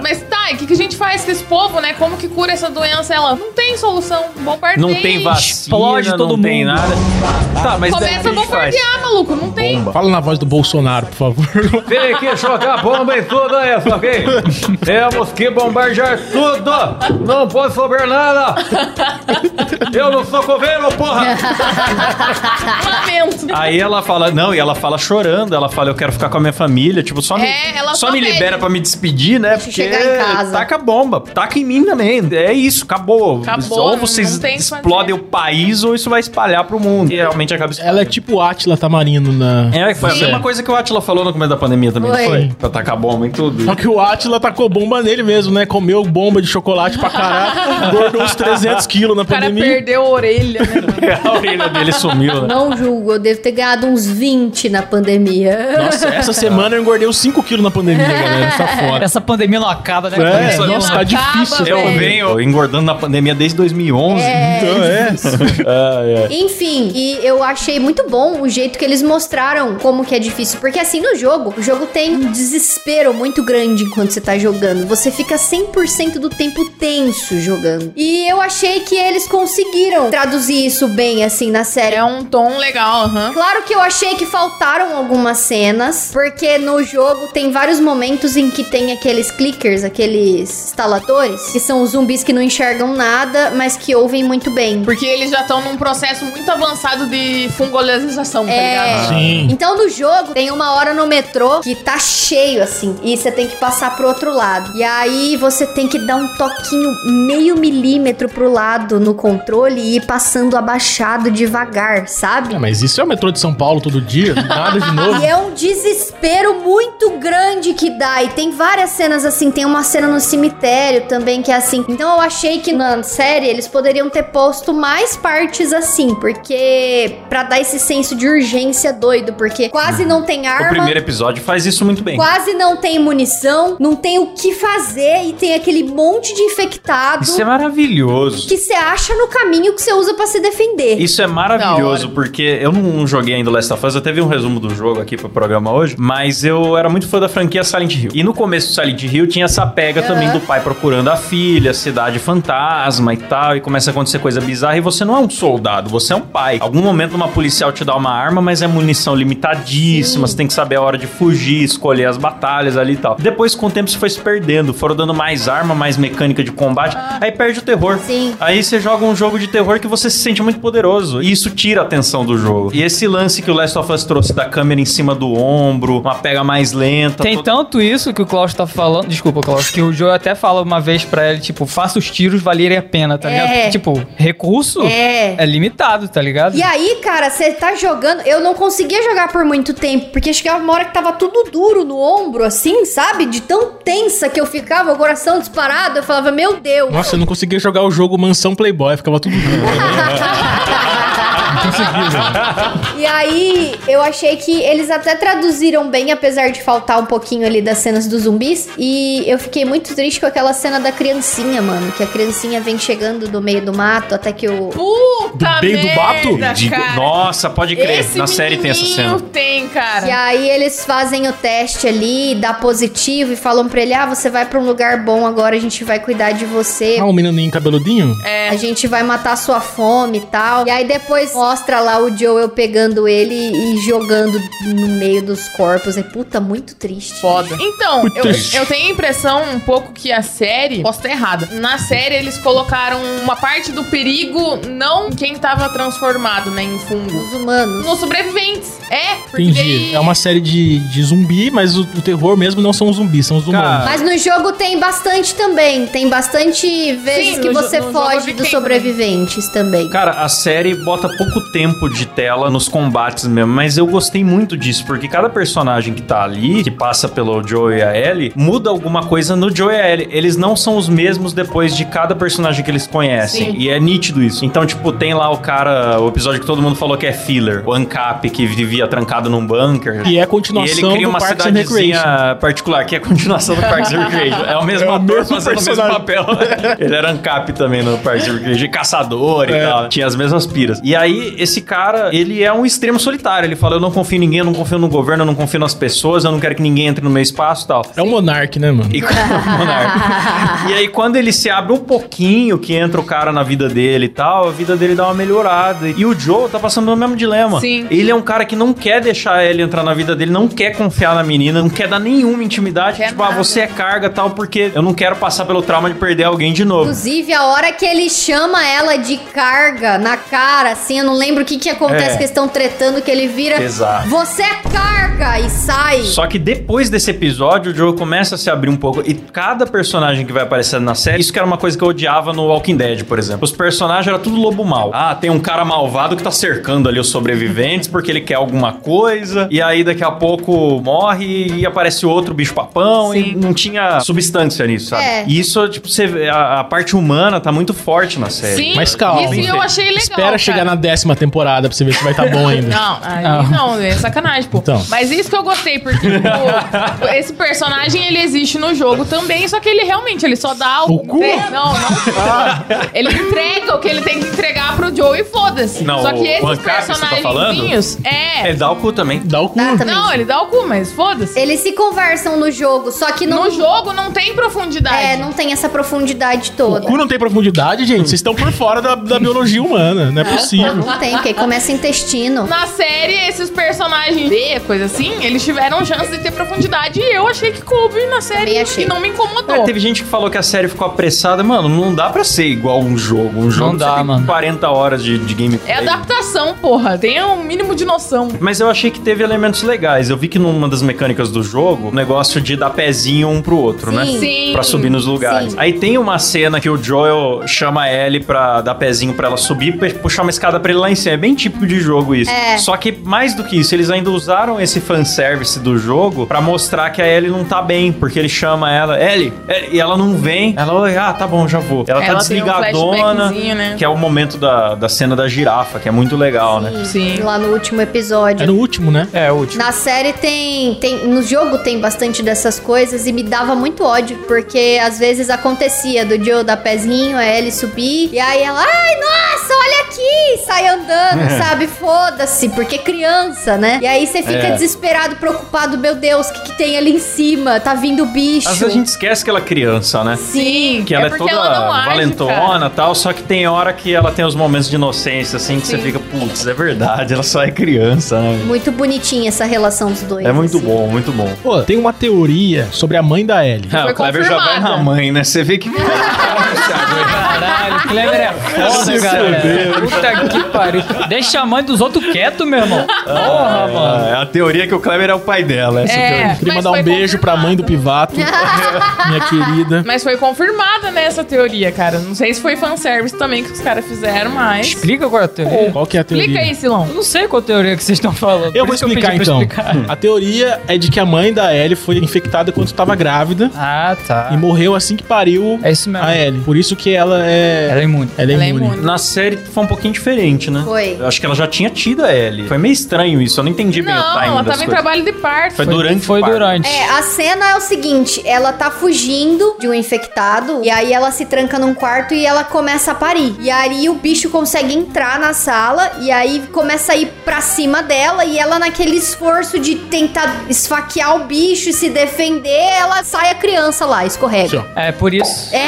Speaker 3: Mas tá, e o que, que a gente faz com esse povo, né? Como que cura essa doença? Ela não tem solução. Bombardeia.
Speaker 1: não tem vacina,
Speaker 4: Explode
Speaker 1: não
Speaker 4: todo
Speaker 1: tem
Speaker 4: mundo.
Speaker 1: nada. Tá, mas daí o que
Speaker 3: Começa
Speaker 1: a
Speaker 3: a
Speaker 1: gente faz?
Speaker 3: bombardear, maluco. Não tem.
Speaker 2: Fala na voz do Bolsonaro, por favor.
Speaker 1: Vem aqui jogar bomba em tudo essa, ok? Temos que bombardear tudo! Não pode sobrar nada! Eu não sou governo, porra! [LAUGHS]
Speaker 3: Lamento.
Speaker 1: Aí ela fala, não, e ela fala chorando, ela fala, eu quero ficar com a minha família, tipo, só me,
Speaker 3: É, ela
Speaker 1: só
Speaker 3: só
Speaker 1: me
Speaker 3: pede.
Speaker 1: libera pra me despedir, né? Porque
Speaker 5: chegar em casa.
Speaker 1: taca a bomba, taca em mim também, é isso, acabou.
Speaker 3: Acabou,
Speaker 1: ou
Speaker 3: não-
Speaker 1: vocês
Speaker 3: não tem o que
Speaker 1: explodem o
Speaker 3: fazer.
Speaker 1: país ou isso vai espalhar pro mundo. E realmente acaba
Speaker 2: Ela é tipo o Átila Tamarino na.
Speaker 1: É, foi a
Speaker 5: Sim.
Speaker 1: mesma coisa que o Atila falou no começo da pandemia também, não
Speaker 5: Foi.
Speaker 1: foi? Pra tacar bomba em tudo.
Speaker 2: Só que o Átila tacou bomba nele mesmo, né? Comeu bomba de chocolate pra caralho. Engordou uns 300 quilos na
Speaker 3: O cara
Speaker 2: pandemia.
Speaker 3: perdeu a orelha, né, mano?
Speaker 1: [LAUGHS] a orelha dele sumiu, né?
Speaker 5: Não julgo, eu devo ter ganhado uns 20 na pandemia.
Speaker 2: Nossa, essa semana eu engordei uns 5 quilos na pandemia, galera. Tá foda.
Speaker 4: Essa pandemia não acaba, né?
Speaker 2: É,
Speaker 4: Isso aí
Speaker 2: nossa,
Speaker 4: não
Speaker 2: tá
Speaker 4: acaba.
Speaker 2: difícil.
Speaker 5: velho.
Speaker 1: Eu venho engordando na pandemia desde 2011.
Speaker 2: Então é.
Speaker 5: Enfim, e eu achei muito bom o jeito que eles mostraram como que é difícil. Porque assim, no jogo, o jogo tem um desespero muito grande enquanto você tá jogando. Você fica 100% do tempo tenso jogando. E eu achei que eles conseguiram traduzir isso bem, assim, na série.
Speaker 3: É um tom legal, aham.
Speaker 5: Claro que eu achei que faltaram algumas cenas, porque no jogo tem vários momentos em que tem aqueles clickers, aqueles instaladores, que são os zumbis que não enxergam nada, mas que ouvem muito bem.
Speaker 3: Porque eles já estão num processo muito avançado de fungolização, tá
Speaker 5: É.
Speaker 3: ligado?
Speaker 2: Sim.
Speaker 5: Então, no jogo, tem uma hora no metrô que tá cheio, assim, e você tem que passar pro outro lado. E aí, você tem que dar um toquinho meio milímetro pro lado no controle e ir passando abaixado devagar, sabe?
Speaker 2: Ah, mas isso é o metrô de São Paulo todo dia, nada de novo.
Speaker 5: E é um desespero muito grande que dá. E tem várias cenas assim. Tem uma cena no cemitério também que é assim. Então eu achei que na série eles poderiam ter posto mais partes assim. Porque. Pra dar esse senso de urgência doido. Porque quase não tem
Speaker 1: Uhum. O
Speaker 5: arma.
Speaker 1: primeiro episódio faz isso muito bem.
Speaker 5: Quase não tem munição, não tem o que fazer e tem aquele monte de infectado
Speaker 1: Isso é maravilhoso.
Speaker 5: que você acha no caminho que você usa pra se defender.
Speaker 1: Isso é
Speaker 3: Da
Speaker 1: maravilhoso, porque eu não joguei ainda Last of Us, eu até vi um resumo do jogo aqui pro programa hoje, mas eu era muito fã da franquia Silent Hill. E no começo do Silent Hill tinha essa pega também do pai procurando a filha, cidade fantasma e tal, e começa a acontecer coisa bizarra, e você não é um soldado, você é um pai. Algum momento uma policial te dá uma arma, mas é munição limitadíssima, você tem que saber a hora de fugir, escolher as batalhas ali e tal. Depois, com o tempo, isso foi se perdendo, foram dando mais arma, mais mecânica de combate, aí perde o terror.
Speaker 5: Sim.
Speaker 1: Aí você joga um jogo de terror que você se sente muito poderoso. E isso tira a atenção do jogo. E esse lance que o Last of Us trouxe da câmera em cima do ombro, uma pega mais
Speaker 2: Tá
Speaker 1: lenta.
Speaker 4: Tem
Speaker 1: todo-
Speaker 4: tanto isso que o Klaus tá falando. Desculpa, Klaus. Que o Joe até fala uma vez pra ele, tipo, faça os tiros valerem a pena, tá
Speaker 5: É.
Speaker 4: ligado? Porque, tipo, recurso
Speaker 5: É.
Speaker 4: é limitado, tá ligado?
Speaker 5: E aí, cara, você tá jogando. Eu não conseguia jogar por muito tempo, porque chegava uma hora que tava tudo duro no ombro, assim, sabe? De tão tensa que eu ficava. jogava, o coração disparado, eu falava, meu Deus.
Speaker 2: Nossa, eu não conseguia jogar o jogo Mansão Playboy, ficava tudo.
Speaker 1: [LAUGHS]
Speaker 5: E aí, eu achei que eles até traduziram bem, apesar de faltar um pouquinho ali das cenas dos zumbis. E eu fiquei muito triste com aquela cena da criancinha, mano. Que a criancinha vem chegando do meio do mato até que o.
Speaker 3: Puta
Speaker 1: Do meio do
Speaker 3: merda,
Speaker 1: mato?
Speaker 3: cara.
Speaker 1: De- Nossa, pode crer.
Speaker 3: Esse
Speaker 1: Na série tem essa
Speaker 3: menininho
Speaker 1: cena.
Speaker 3: tem, cara.
Speaker 5: E aí eles fazem o teste ali, dá positivo e falam pra ele: ah, você vai pra um lugar bom agora, a gente vai cuidar de você.
Speaker 2: Ah, um menininho cabeludinho?
Speaker 3: É,
Speaker 5: A gente vai matar sua fome e tal. E aí depois mostra lá o Joel pegando ele e jogando no meio dos corpos. É puta, muito triste.
Speaker 3: Foda. Então, eu,
Speaker 2: Putz.
Speaker 3: eu tenho a impressão um pouco que a série. Posso estar errada. Na série, eles colocaram uma parte do perigo não em quem tava transformado, né? Em fungo.
Speaker 5: Os humanos.
Speaker 3: Nos sobreviventes. É, porque
Speaker 2: Entendi.
Speaker 3: daí-
Speaker 2: É uma série de, de zumbi, mas o, o terror mesmo não são os zumbis, são os
Speaker 1: Cara,
Speaker 2: humanos.
Speaker 5: Mas no jogo tem bastante também. Tem bastante vezes
Speaker 3: Sim,
Speaker 5: que
Speaker 3: no
Speaker 5: você
Speaker 3: jo- no jogo
Speaker 5: foge
Speaker 3: de
Speaker 5: dos
Speaker 3: quem
Speaker 5: sobreviventes também.
Speaker 1: Cara, a série bota pouco tempo de tela nos combates mesmo, mas eu gostei muito disso, porque cada personagem que tá ali, que passa pelo Joe e a Ellie, muda alguma coisa no Joe e a Ellie. Eles não são os mesmos depois de cada personagem que eles conhecem.
Speaker 3: Sim.
Speaker 1: E é nítido isso. Então, tipo, tem lá o cara, o episódio que todo mundo falou que é filler, o Ancap, que vivia trancado num bunker.
Speaker 2: E é a
Speaker 1: E ele
Speaker 2: continuação
Speaker 1: cria
Speaker 2: do
Speaker 1: uma
Speaker 2: Parks and Recreation.
Speaker 1: cidadezinha particular, que é a continuação do Parks and Recreation. É o mesmo
Speaker 2: É o
Speaker 1: ator
Speaker 2: mesmo
Speaker 1: fazendo o mesmo
Speaker 2: [LAUGHS]
Speaker 1: papel. ele era ANCAP também no Parks and Recreation, caçador
Speaker 2: É.
Speaker 1: e tal. Tinha as mesmas piras. E aí, esse cara, ele é um extremo solitário. Ele fala, eu não confio em ninguém, eu não confio no governo, eu não confio nas pessoas, eu não quero que ninguém entre no meu espaço e tal.
Speaker 2: É um monarca, né, mano?
Speaker 1: [LAUGHS] E, Monarca. E aí, quando ele se abre um pouquinho, que entra o cara na vida dele e tal, a vida dele dá uma melhorada. E o Joe tá passando pelo mesmo dilema.
Speaker 3: Sim.
Speaker 1: Ele é um cara que não quer deixar ele entrar na vida dele, não quer confiar na menina, não quer dar nenhuma intimidade.
Speaker 3: Quer
Speaker 1: tipo, ah,
Speaker 3: nada.
Speaker 1: você é carga tal, porque eu não quero passar pelo trauma de perder alguém de novo.
Speaker 5: Inclusive, a hora que ele chama ela de carga na cara, assim, eu não lembro o que que acontece,
Speaker 1: É.
Speaker 5: que eles estão tretando, que ele vira.
Speaker 1: Exato.
Speaker 5: Você é carga! E sai.
Speaker 1: Só que depois desse episódio, o Joe começa a se abrir um pouco. E cada personagem que vai aparecendo na série, isso que era uma coisa que eu odiava no Walking Dead, por exemplo. Os personagens eram tudo lobo mal. Ah, tem um cara malvado que tá cercando ali os sobreviventes porque ele quer alguma coisa. E aí daqui a pouco morre e aparece outro bicho papão.
Speaker 3: Sim.
Speaker 1: E não tinha substância nisso, sabe?
Speaker 5: É.
Speaker 1: E isso, tipo, você, vê, a, a parte humana tá muito forte na série.
Speaker 3: Sim,
Speaker 2: Mas calma.
Speaker 3: Isso
Speaker 1: Bem
Speaker 3: eu
Speaker 1: feito.
Speaker 3: achei legal.
Speaker 2: Espera
Speaker 3: cara.
Speaker 2: chegar na décima temporada pra você ver se vai estar
Speaker 3: [LAUGHS]
Speaker 2: bom ainda.
Speaker 3: Não, aí
Speaker 4: Ah.
Speaker 3: não, é sacanagem, pô.
Speaker 2: Então.
Speaker 3: Mas isso que eu gostei, porque, tipo, esse personagem, ele existe no jogo também, só que ele realmente, ele só dá o...
Speaker 2: O cu?
Speaker 3: Não, não. Ele entrega o que ele tem que entregar pro Joe e foda-se.
Speaker 1: Não,
Speaker 3: Só
Speaker 1: o
Speaker 3: que esses
Speaker 1: Ancap, você tá
Speaker 3: personagenzinhos...
Speaker 1: Ele
Speaker 3: é...
Speaker 1: dá o cu também.
Speaker 2: Dá o cu.
Speaker 5: Dá também.
Speaker 3: Não, ele dá o cu, mas foda-se.
Speaker 5: Eles se conversam no jogo, só que não.
Speaker 3: No jogo não tem profundidade.
Speaker 5: É, não tem essa profundidade
Speaker 2: O
Speaker 5: toda.
Speaker 2: cu não tem profundidade, gente. Vocês estão por fora da, da biologia humana. Não é possível.
Speaker 5: Não tem, porque começa intestino.
Speaker 3: Na série, esses personagens B, coisa assim, eles tiveram chance de ter profundidade e eu achei que coube na série
Speaker 5: Também achei.
Speaker 3: e não me
Speaker 1: Cara,
Speaker 3: incomodou.
Speaker 1: teve gente que falou que a série ficou apressada. Mano, não dá pra ser igual um jogo. Um jogo
Speaker 4: dá,
Speaker 1: você tem
Speaker 4: mano.
Speaker 1: 40 horas de, de gameplay.
Speaker 3: É adaptação, porra. Tenha um mínimo de noção.
Speaker 1: Mas eu achei que teve elementos legais. Eu vi que numa das mecânicas do jogo, o negócio de dar pezinho um pro outro, né?
Speaker 5: Sim.
Speaker 3: Sim.
Speaker 1: Pra subir nos lugares.
Speaker 5: Sim.
Speaker 1: Aí tem uma cena que o Joel chama a Ellie pra dar pezinho pra ela subir, pe- puxar uma escada pra ele lá em cima. É bem típico de jogo isso.
Speaker 5: É.
Speaker 1: Só que, mais do que isso, eles ainda usaram esse fanservice do jogo pra mostrar que a Ellie não tá bem, porque ele chama ela, Ellie, Ellie", e ela não vem. Ela, "Oi, ah, tá bom, já vou. Ela, tá
Speaker 3: Ela tem um
Speaker 1: desligadona,
Speaker 3: flashbackzinho, né?
Speaker 1: que é o momento da, da cena da girafa, que é muito legal, né?
Speaker 3: Sim.
Speaker 5: Lá no último episódio.
Speaker 2: É no último, né?
Speaker 4: É, o último.
Speaker 5: Na série tem, tem. No jogo tem bastante dessas coisas e me dava muito ódio, porque às vezes acontecia do Joe dar pezinho, a Ellie subir, e aí ela, ai, nossa, olha aqui! e Sai
Speaker 1: [LAUGHS]
Speaker 5: andando, sabe? Foda-se, porque é criança, né? E aí você fica
Speaker 1: É.
Speaker 5: desesperado, preocupado, meu Deus, o que, que tem ali em cima? Tá vindo bicho.
Speaker 1: Às vezes a gente esquece que ela é criança, né?
Speaker 3: Sim.
Speaker 1: Que ela é,
Speaker 3: porque
Speaker 1: toda
Speaker 3: ela não age, cara.
Speaker 1: valentona e tal, só que tem hora que ela tem os momentos de inocência, assim, que você
Speaker 3: Sim.
Speaker 1: fica, putz, é verdade, ela só é criança, né?
Speaker 5: Muito bonitinha essa relação dos dois.
Speaker 1: É muito
Speaker 5: assim.
Speaker 1: bom, muito bom.
Speaker 2: Pô, tem uma teoria sobre a mãe da Ellie.
Speaker 1: Ah,
Speaker 3: Foi
Speaker 1: o Clever já vai
Speaker 3: confirmada.
Speaker 1: na mãe, né? Você vê que.
Speaker 4: [LAUGHS] Caralho, Kleber é foda,
Speaker 1: Nossa,
Speaker 4: cara.
Speaker 1: Deus.
Speaker 4: Puta que pariu. Deixa a mãe dos outros quieto, meu irmão. Porra, mano.
Speaker 1: Ah, é a teoria que o Kleber é o pai dela.
Speaker 3: É.
Speaker 2: Eu queria
Speaker 3: mas
Speaker 2: mandar
Speaker 3: foi
Speaker 2: um beijo pra mãe do Pivato,
Speaker 3: [LAUGHS]
Speaker 2: minha querida.
Speaker 3: Mas foi confirmada né, essa teoria, cara. Não sei se foi fanservice também que os caras fizeram, mas.
Speaker 4: Explica qual é a teoria.
Speaker 2: Qual que é a teoria?
Speaker 3: Explica aí, Silão.
Speaker 4: Eu não sei qual teoria que vocês estão falando.
Speaker 2: Eu
Speaker 4: por
Speaker 2: vou
Speaker 4: isso que pedi
Speaker 2: explicar
Speaker 4: pra
Speaker 2: então.
Speaker 4: explicar.
Speaker 2: A teoria é de que a mãe da Ellie foi infectada quando estava grávida
Speaker 4: Ah, tá.
Speaker 2: e morreu assim que pariu
Speaker 4: É isso mesmo.
Speaker 2: a Ellie. Por isso que ela é.
Speaker 4: Ela é imune.
Speaker 2: Ela é
Speaker 3: Ela é
Speaker 2: imune.
Speaker 3: imune.
Speaker 1: Na série foi um pouquinho diferente, né?
Speaker 5: Foi.
Speaker 1: Eu acho que ela já tinha tido a Ellie. Foi meio estranho isso, eu não entendi bem o
Speaker 3: Não,
Speaker 1: timing
Speaker 3: ela
Speaker 1: das
Speaker 3: tava em
Speaker 1: coisas.
Speaker 3: trabalho de parto.
Speaker 1: Foi durante o
Speaker 4: Foi
Speaker 1: parto.
Speaker 4: durante.
Speaker 5: É, a cena é o seguinte: ela tá fugindo de um infectado, e aí ela se tranca num quarto e ela começa a parir. E aí o bicho consegue entrar na sala, e aí começa a ir pra cima dela, e ela, naquele esforço de tentar esfaquear o bicho e se defender, ela sai a criança lá,
Speaker 2: Aqui,
Speaker 5: escorrega.
Speaker 2: ó.
Speaker 4: É, por isso.
Speaker 5: É.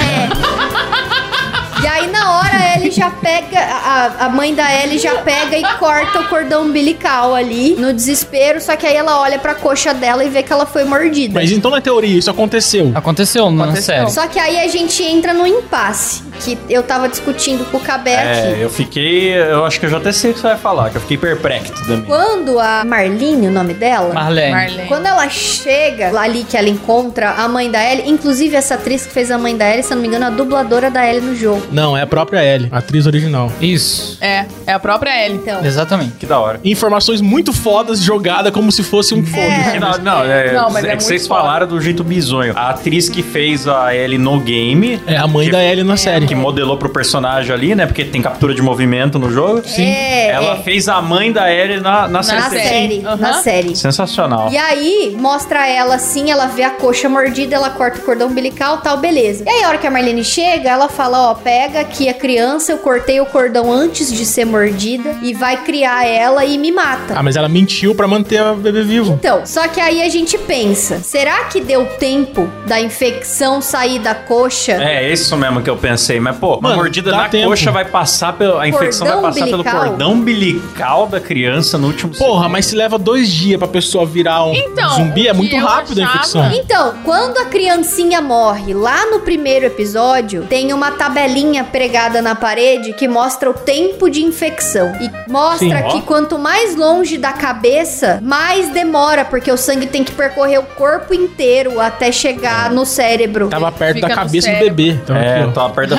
Speaker 5: E aí, na hora, ele já pega. A, a mãe da Ellie já pega e corta o cordão umbilical ali, no desespero. Só que aí ela olha pra coxa dela e vê que ela foi mordida.
Speaker 2: Mas então na teoria, isso aconteceu.
Speaker 4: Aconteceu, não,
Speaker 3: Aconteceu.
Speaker 4: sério.
Speaker 5: Só que aí a gente entra no impasse, que eu tava discutindo com o Cabé
Speaker 1: É,
Speaker 5: aqui.
Speaker 1: eu fiquei. Eu acho que eu já até sei o que você vai falar, que eu fiquei perplexo também.
Speaker 5: Quando a Marlene, o nome dela,
Speaker 4: Marlene.
Speaker 3: Marlene.
Speaker 5: quando ela chega lá ali que ela encontra a mãe da Ellie, inclusive essa atriz que fez a mãe da Ellie, se eu não me engano, é a dubladora da Ellie no jogo.
Speaker 2: Não, é a própria Ellie, a atriz original.
Speaker 4: Isso.
Speaker 3: É, é a própria Ellie.
Speaker 5: Então,
Speaker 4: Exatamente.
Speaker 1: Que da hora.
Speaker 2: Informações muito fodas jogada como se fosse um foda.
Speaker 1: Que da- Não, é,
Speaker 3: Não, mas
Speaker 1: é
Speaker 3: é
Speaker 1: que
Speaker 3: muito
Speaker 1: vocês
Speaker 3: foda.
Speaker 1: falaram do jeito bizonho. A atriz que fez a Ellie no game,
Speaker 2: É a mãe
Speaker 1: Que-
Speaker 2: da Ellie na série.
Speaker 1: que modelou pro personagem ali, né? Porque tem captura de movimento no jogo.
Speaker 5: Sim. É,
Speaker 1: Ela
Speaker 5: é.
Speaker 1: fez a mãe da Ellie na, na,
Speaker 5: na
Speaker 1: série.
Speaker 5: série,
Speaker 3: Aham.
Speaker 5: na série.
Speaker 1: Sensacional.
Speaker 5: E aí, mostra ela assim, ela vê a coxa mordida, ela corta o cordão umbilical, tal, beleza. E aí, a hora que a Marlene chega, ela fala, ó, pega aqui a criança, eu cortei o cordão antes de ser mordida e vai criar ela e me mata.
Speaker 2: Ah, mas ela mentiu pra manter o bebê vivo.
Speaker 5: Então, só que aí a gente pensa, será que deu tempo da infecção sair da coxa?
Speaker 1: É isso mesmo que eu pensei, mas pô, uma
Speaker 2: Mano,
Speaker 1: mordida
Speaker 2: dá
Speaker 1: na
Speaker 2: tempo.
Speaker 1: coxa vai passar pela. A infecção vai
Speaker 5: Cordão
Speaker 1: passar pelo
Speaker 5: umbilical?
Speaker 1: cordão umbilical da criança no último
Speaker 2: Porra, mas se leva dois dias pra pessoa virar um
Speaker 3: Então,
Speaker 2: zumbi, é
Speaker 3: o
Speaker 2: muito
Speaker 3: que eu
Speaker 2: rápido a
Speaker 3: achava-
Speaker 2: infecção.
Speaker 5: Então, quando a criancinha morre, lá no primeiro episódio, tem uma tabelinha pregada na parede que mostra o tempo de infecção. E mostra
Speaker 1: Sim, ó.
Speaker 5: que quanto mais longe da cabeça, mais demora, porque o sangue tem que percorrer o corpo inteiro até chegar no cérebro.
Speaker 1: Tá
Speaker 2: Tava perto
Speaker 3: Fica
Speaker 2: da
Speaker 3: no
Speaker 2: cabeça do
Speaker 3: cérebro.
Speaker 2: bebê. Então,
Speaker 1: É,
Speaker 2: aqui, ó.
Speaker 1: tá perto da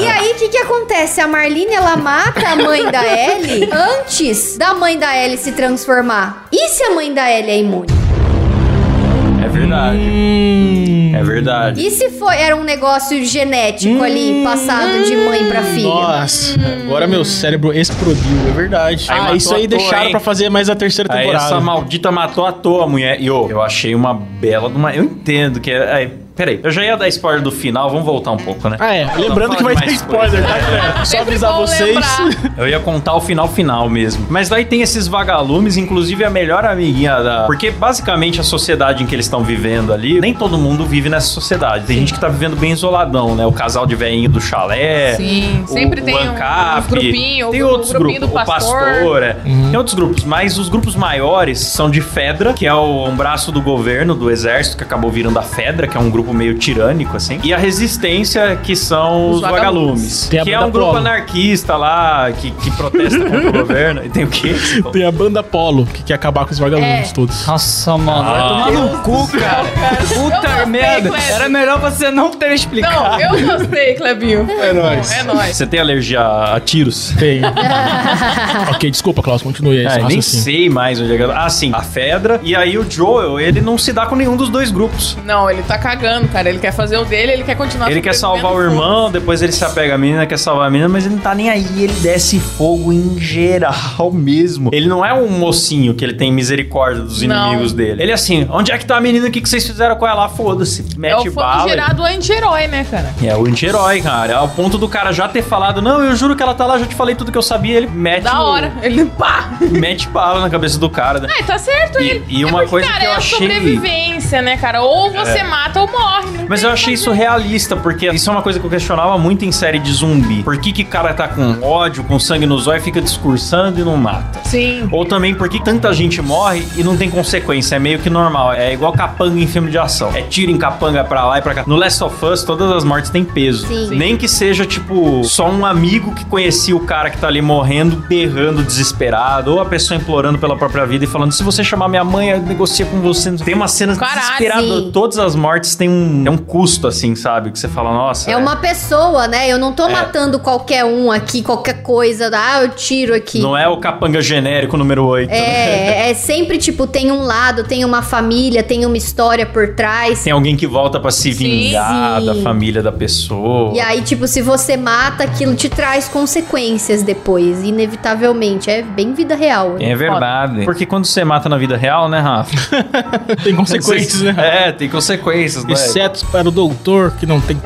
Speaker 5: E aí, o que que acontece? A Marlene, ela mata a mãe
Speaker 1: [LAUGHS]
Speaker 5: da Ellie antes da mãe da Ellie se transformar. E se a mãe da Ellie é imune?
Speaker 1: É verdade.
Speaker 2: Hum.
Speaker 1: É verdade.
Speaker 5: E se foi, era um negócio genético ali,
Speaker 1: Hum.
Speaker 5: passado de mãe pra filha?
Speaker 2: Nossa,
Speaker 3: Hum.
Speaker 2: agora meu cérebro explodiu, é verdade.
Speaker 1: Aí
Speaker 2: ah,
Speaker 1: matou
Speaker 2: isso aí
Speaker 1: à toa,
Speaker 2: deixaram
Speaker 1: hein?
Speaker 2: pra fazer mais a terceira
Speaker 1: Aí
Speaker 2: temporada.
Speaker 1: essa maldita matou à toa a mulher. E ô, eu achei uma bela de uma. Eu entendo que é. aí, peraí, eu já ia dar spoiler do final, vamos voltar um pouco, né?
Speaker 2: Ah, é. Lembrando
Speaker 1: fala
Speaker 2: que vai ter
Speaker 1: demais,
Speaker 2: spoiler, tá,
Speaker 5: É
Speaker 2: galera? Só
Speaker 3: Sempre
Speaker 2: avisar
Speaker 3: bom
Speaker 2: vocês.
Speaker 3: lembrar.
Speaker 1: Eu ia contar o final final mesmo. Mas daí tem esses vagalumes, inclusive a melhor amiguinha da. Porque basicamente a sociedade em que eles estão vivendo ali, nem todo mundo vive nessa sociedade. Tem gente que tá vivendo bem isoladão, né? O casal de velhinho do chalé.
Speaker 3: Sim,
Speaker 1: o-
Speaker 3: sempre
Speaker 1: o
Speaker 3: tem um,
Speaker 1: ANCAP,
Speaker 3: uns grupinhos,
Speaker 1: tem
Speaker 3: o,
Speaker 1: outros
Speaker 3: grupinho
Speaker 1: grupos,
Speaker 3: do
Speaker 1: o
Speaker 3: pastor. Uhum.
Speaker 1: pastor, é. tem outros grupos, mas os grupos maiores são de Fedra, que é o, um braço do governo, do exército, que acabou virando a Fedra, que é um grupo meio tirânico, assim, e a Resistência, que são os,
Speaker 3: Os
Speaker 1: vagalumes,
Speaker 3: vagalumes.
Speaker 2: Tem a
Speaker 1: que é
Speaker 2: banda
Speaker 1: um grupo
Speaker 2: Polo.
Speaker 1: anarquista lá, que, que protesta
Speaker 4: [LAUGHS]
Speaker 1: contra o governo, e tem o quê?
Speaker 2: Tem a banda Polo, que quer acabar com os vagalumes
Speaker 5: É.
Speaker 2: todos.
Speaker 4: Nossa, mano. Vai
Speaker 1: Ah.
Speaker 4: tomar no cu, cara.
Speaker 3: Eu
Speaker 4: Puta
Speaker 3: gostei,
Speaker 4: merda.
Speaker 3: Cleber.
Speaker 4: Era melhor você não ter explicado.
Speaker 3: Não, eu gostei, Clebinho. É
Speaker 2: nóis.
Speaker 3: É nóis.
Speaker 1: Você tem alergia a tiros?
Speaker 5: [LAUGHS]
Speaker 2: Tem. ok, desculpa, Klaus, continue aí.
Speaker 1: Ah,
Speaker 2: seu
Speaker 1: eu nem
Speaker 2: raciocínio.
Speaker 1: sei mais onde é que eu... Ah, sim, a Fedra. E aí o Joel, ele não se dá com nenhum dos dois grupos.
Speaker 3: Não, ele tá cagando, cara. Ele quer fazer o dele, ele quer continuar
Speaker 1: Ele quer salvar o
Speaker 3: sobrevivendo.
Speaker 1: irmão, depois ele se apega à menina, quer salvar a menina, mas ele não tá nem aí, ele desce fogo em geral [LAUGHS] mesmo. Ele não é um mocinho que ele tem misericórdia dos
Speaker 3: Não.
Speaker 1: inimigos dele. Ele é assim, onde é que tá a menina? O que, que vocês fizeram com ela? Foda-se.
Speaker 3: É
Speaker 1: Mete
Speaker 3: o
Speaker 1: bala.
Speaker 3: famigerado anti-herói, né, cara?
Speaker 1: É o anti-herói, cara. Ao ponto do cara já ter falado, não, eu juro que ela tá lá, já te falei tudo que eu sabia. Ele mete,
Speaker 3: Da
Speaker 1: o-
Speaker 3: hora. Tipo, Ele, [LAUGHS] pá!
Speaker 1: [LAUGHS] mete bala na cabeça do cara. né?
Speaker 3: Ah, tá certo
Speaker 1: E-
Speaker 3: ele.
Speaker 1: e uma
Speaker 3: porque,
Speaker 1: coisa
Speaker 3: cara,
Speaker 1: que eu
Speaker 3: é a
Speaker 1: achei- É.
Speaker 3: sobrevivência, né, cara? Ou você mata ou morre, não
Speaker 1: Mas
Speaker 3: tem
Speaker 1: eu
Speaker 3: o que
Speaker 1: achei isso
Speaker 3: fazer.
Speaker 1: realista, porque isso é uma coisa que eu questionava muito em série de zumbi. Por que que cara tá com ódio, com sangue nos olhos, fica discursando e não mata?
Speaker 3: Sim.
Speaker 1: Ou também por que tanta gente morre e não tem consequência, é meio que normal. É igual capanga em filme de ação. É tiro em capanga pra lá e pra cá. No Last of Us, todas as mortes têm peso.
Speaker 5: Sim. Sim.
Speaker 1: Nem que seja, tipo, só um amigo que conhecia o cara que tá ali morrendo, berrando, desesperado, ou a pessoa implorando pela própria vida e falando: se você chamar minha mãe, eu negocia com você. Tem uma cena
Speaker 3: Caralho,
Speaker 1: desesperada.
Speaker 5: sim.
Speaker 1: Todas as mortes têm um, é um custo, assim, sabe? Que você fala, nossa.
Speaker 5: É uma pessoa, né? Eu não tô
Speaker 1: É.
Speaker 5: matando qualquer um aqui, qualquer coisa. Ah, eu tiro aqui.
Speaker 1: Não né? é o capanga genérico número 8.
Speaker 5: É, é sempre tipo, tem um lado, tem uma família, tem uma história por trás.
Speaker 1: Tem alguém que volta pra se
Speaker 3: Sim.
Speaker 1: vingar da família da pessoa.
Speaker 5: E aí, tipo, se você mata, aquilo te traz consequências depois, inevitavelmente. É bem vida real.
Speaker 1: É verdade. Porque quando você mata na vida real, né, [LAUGHS] Rafa?
Speaker 2: [LAUGHS] Tem consequências, né?
Speaker 1: [LAUGHS] É, tem consequências, né?
Speaker 2: Exceto para o doutor, que não tem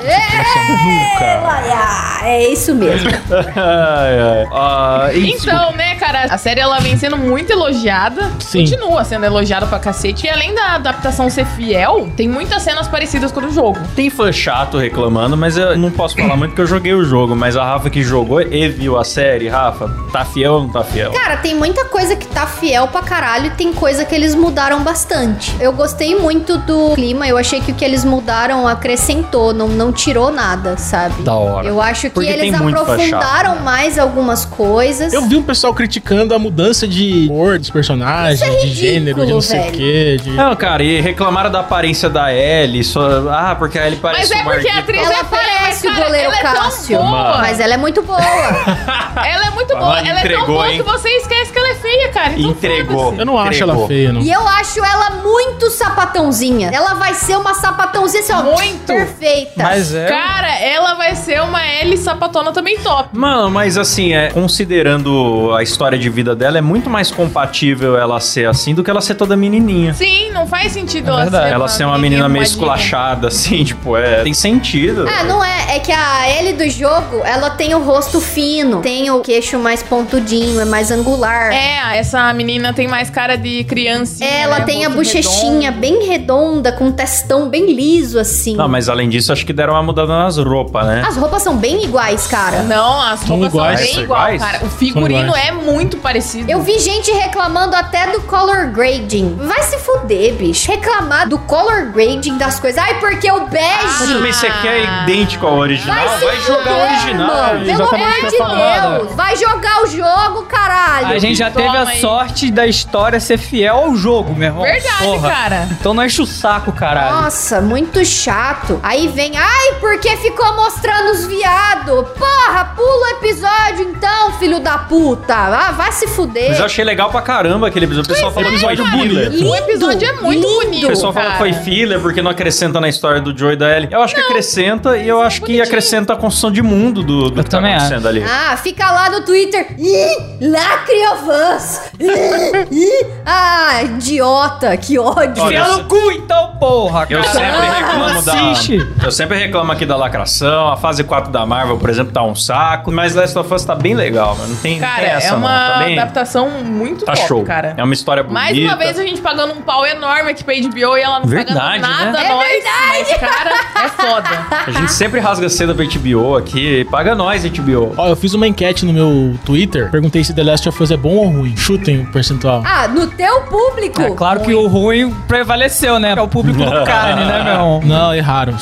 Speaker 1: Nunca.
Speaker 5: Ah, é isso mesmo.
Speaker 1: [LAUGHS] Ai, ai. Ah, isso.
Speaker 3: Então, né, cara, a série ela vem sendo muito elogiada.
Speaker 2: Sim.
Speaker 3: Continua sendo elogiada pra cacete. E além da adaptação ser fiel, tem muitas cenas parecidas com o do jogo.
Speaker 1: Tem fã chato reclamando, mas eu não posso falar muito porque eu joguei o jogo. Mas a Rafa que jogou e viu a série, Rafa, tá fiel ou não tá fiel?
Speaker 5: Cara, tem muita coisa que tá fiel pra caralho e tem coisa que eles mudaram bastante. Eu gostei muito do clima, eu achei que o que eles mudaram acrescentou, não, não tirou nada, sabe?
Speaker 1: Da hora.
Speaker 5: Eu acho que
Speaker 1: Porque tem
Speaker 5: eles
Speaker 1: muito pra
Speaker 5: aprofundaram
Speaker 3: né?
Speaker 5: mais algumas coisas.
Speaker 2: Eu vi um pessoal criticando a mudança de cor dos personagens, de gênero, de não sei o
Speaker 5: é velho.
Speaker 2: quê. De...
Speaker 1: Não, cara, e reclamaram da aparência da Ellie. Só... Ah, porque a Ellie parece
Speaker 3: mas é
Speaker 1: uma
Speaker 3: porque a
Speaker 1: arquiteta.
Speaker 3: atriz
Speaker 5: Ela
Speaker 3: é feia, mas,
Speaker 5: parece o
Speaker 3: cara,
Speaker 5: goleiro
Speaker 3: ela é tão
Speaker 5: Cássio,
Speaker 3: boa.
Speaker 5: mas ela é
Speaker 3: [LAUGHS]
Speaker 5: muito boa.
Speaker 3: Ela é muito
Speaker 1: Ah,
Speaker 3: boa. Ela é
Speaker 1: entregou,
Speaker 3: tão boa
Speaker 1: hein?
Speaker 3: que você esquece que ela é feia, cara. Então
Speaker 1: Entregou.
Speaker 3: foda-se.
Speaker 2: Eu não acho
Speaker 1: Entregou.
Speaker 2: ela feia, não.
Speaker 5: e eu acho ela muito sapatãozinha. Ela vai ser uma sapatãozinha, assim, ó,
Speaker 3: Muito.
Speaker 5: perfeita.
Speaker 4: Mas é.
Speaker 3: Cara, ela vai ser uma L sapatona também top.
Speaker 1: Mano, mas assim, é, considerando a história de vida dela, é muito mais compatível ela ser assim do que ela ser toda menininha.
Speaker 3: Sim, não faz sentido
Speaker 4: É
Speaker 3: ela
Speaker 4: verdade.
Speaker 3: ser
Speaker 1: Ela ser uma menina meio
Speaker 3: arrumadinha.
Speaker 1: esculachada, [LAUGHS] assim, tipo, é. Tem sentido.
Speaker 5: Ah, não é. É que a L do jogo, ela tem o rosto fino, tem o queixo mais pontudinho, é mais angular. É,
Speaker 3: É, essa menina tem mais cara de né? criança.
Speaker 5: Ela tem a bochechinha bem redonda, com um testão bem liso, assim.
Speaker 1: Não, mas além disso, acho que deram uma mudada nas roupas, né?
Speaker 5: As roupas são bem iguais, cara.
Speaker 3: Não, as
Speaker 2: São
Speaker 3: roupas
Speaker 2: iguais.
Speaker 3: são
Speaker 1: São
Speaker 3: bem igual,
Speaker 1: iguais?
Speaker 3: cara. O figurino
Speaker 2: iguais.
Speaker 3: é muito parecido.
Speaker 5: Eu vi gente reclamando até do color grading. Vai se fuder, bicho. Reclamar do color grading das coisas. Ai, porque o
Speaker 1: Mas
Speaker 5: bege.
Speaker 1: também você quer idêntico ao original,
Speaker 5: Ah, Vai
Speaker 1: Ah, vai,
Speaker 5: se
Speaker 1: jogar
Speaker 5: fuder,
Speaker 1: o original. é
Speaker 5: mano. Pelo
Speaker 4: exatamente
Speaker 5: amor
Speaker 4: o
Speaker 5: de
Speaker 4: que eu tô falando.
Speaker 5: Deus. Vai jogar o jogo, caralho.
Speaker 4: A gente já teve
Speaker 3: Toma
Speaker 4: a
Speaker 3: aí.
Speaker 4: sorte da história ser fiel ao jogo, meu irmão.
Speaker 3: É Verdade,
Speaker 4: Porra.
Speaker 3: cara.
Speaker 4: Então não enche o saco, caralho.
Speaker 5: Nossa, muito chato. Aí vem, ai, porque ficou mostrando os viado. Porra, pula o episódio então, filho da puta. Ah, vai se fuder.
Speaker 1: Mas eu achei legal pra caramba aquele episódio. O pessoal falou que foi
Speaker 3: cara.
Speaker 1: filler.
Speaker 5: é, Lindo,
Speaker 3: O episódio é muito
Speaker 5: lindo.
Speaker 3: bonito.
Speaker 1: O pessoal fala
Speaker 3: cara.
Speaker 1: que foi filler porque não acrescenta na história do Joe e da Ellie. Eu acho que acrescenta e
Speaker 5: é
Speaker 1: eu acho que
Speaker 3: bonitinho.
Speaker 1: acrescenta a construção de mundo do, do
Speaker 4: Eu
Speaker 1: que tá
Speaker 4: também acho.
Speaker 1: acontecendo ali.
Speaker 5: Ah, fica lá no Twitter. Ih, Lacriovans. [LAUGHS] Ih, ih. Ah, idiota, que ódio.
Speaker 1: Olha,
Speaker 4: Enfia
Speaker 1: eu
Speaker 4: no cu então, porra,
Speaker 1: Eu
Speaker 4: cara.
Speaker 1: sempre reclamo
Speaker 4: Assiste.
Speaker 1: da. Eu sempre reclamo aqui da lacração. A fase 4 da Marvel, por exemplo, tá um saco. Mas Last of Us tá bem legal, mano. Não tem,
Speaker 3: Cara,
Speaker 1: tem essa,
Speaker 3: é uma
Speaker 1: não. Tá, bem-
Speaker 3: adaptação muito
Speaker 1: tá
Speaker 3: top,
Speaker 1: show.
Speaker 3: cara.
Speaker 1: É uma história bonita.
Speaker 3: Mais uma vez a gente pagando um pau enorme aqui pra HBO e ela não
Speaker 1: Verdade,
Speaker 3: pagando nada
Speaker 1: né?
Speaker 3: a
Speaker 5: É
Speaker 3: nós. Mas, cara, é
Speaker 5: [LAUGHS]
Speaker 3: foda.
Speaker 1: A gente sempre rasga cedo pra HBO aqui. Paga nós, HBO.
Speaker 2: Ó, eu fiz uma enquete no meu Twitter, perguntei se The Last of Us é bom ou ruim. Chutem o percentual.
Speaker 5: Ah, no teu público.
Speaker 4: É claro que o ruim prevaleceu, né? É o
Speaker 1: [LAUGHS]
Speaker 4: público do carne, né, meu irmão?
Speaker 2: Não, erraram.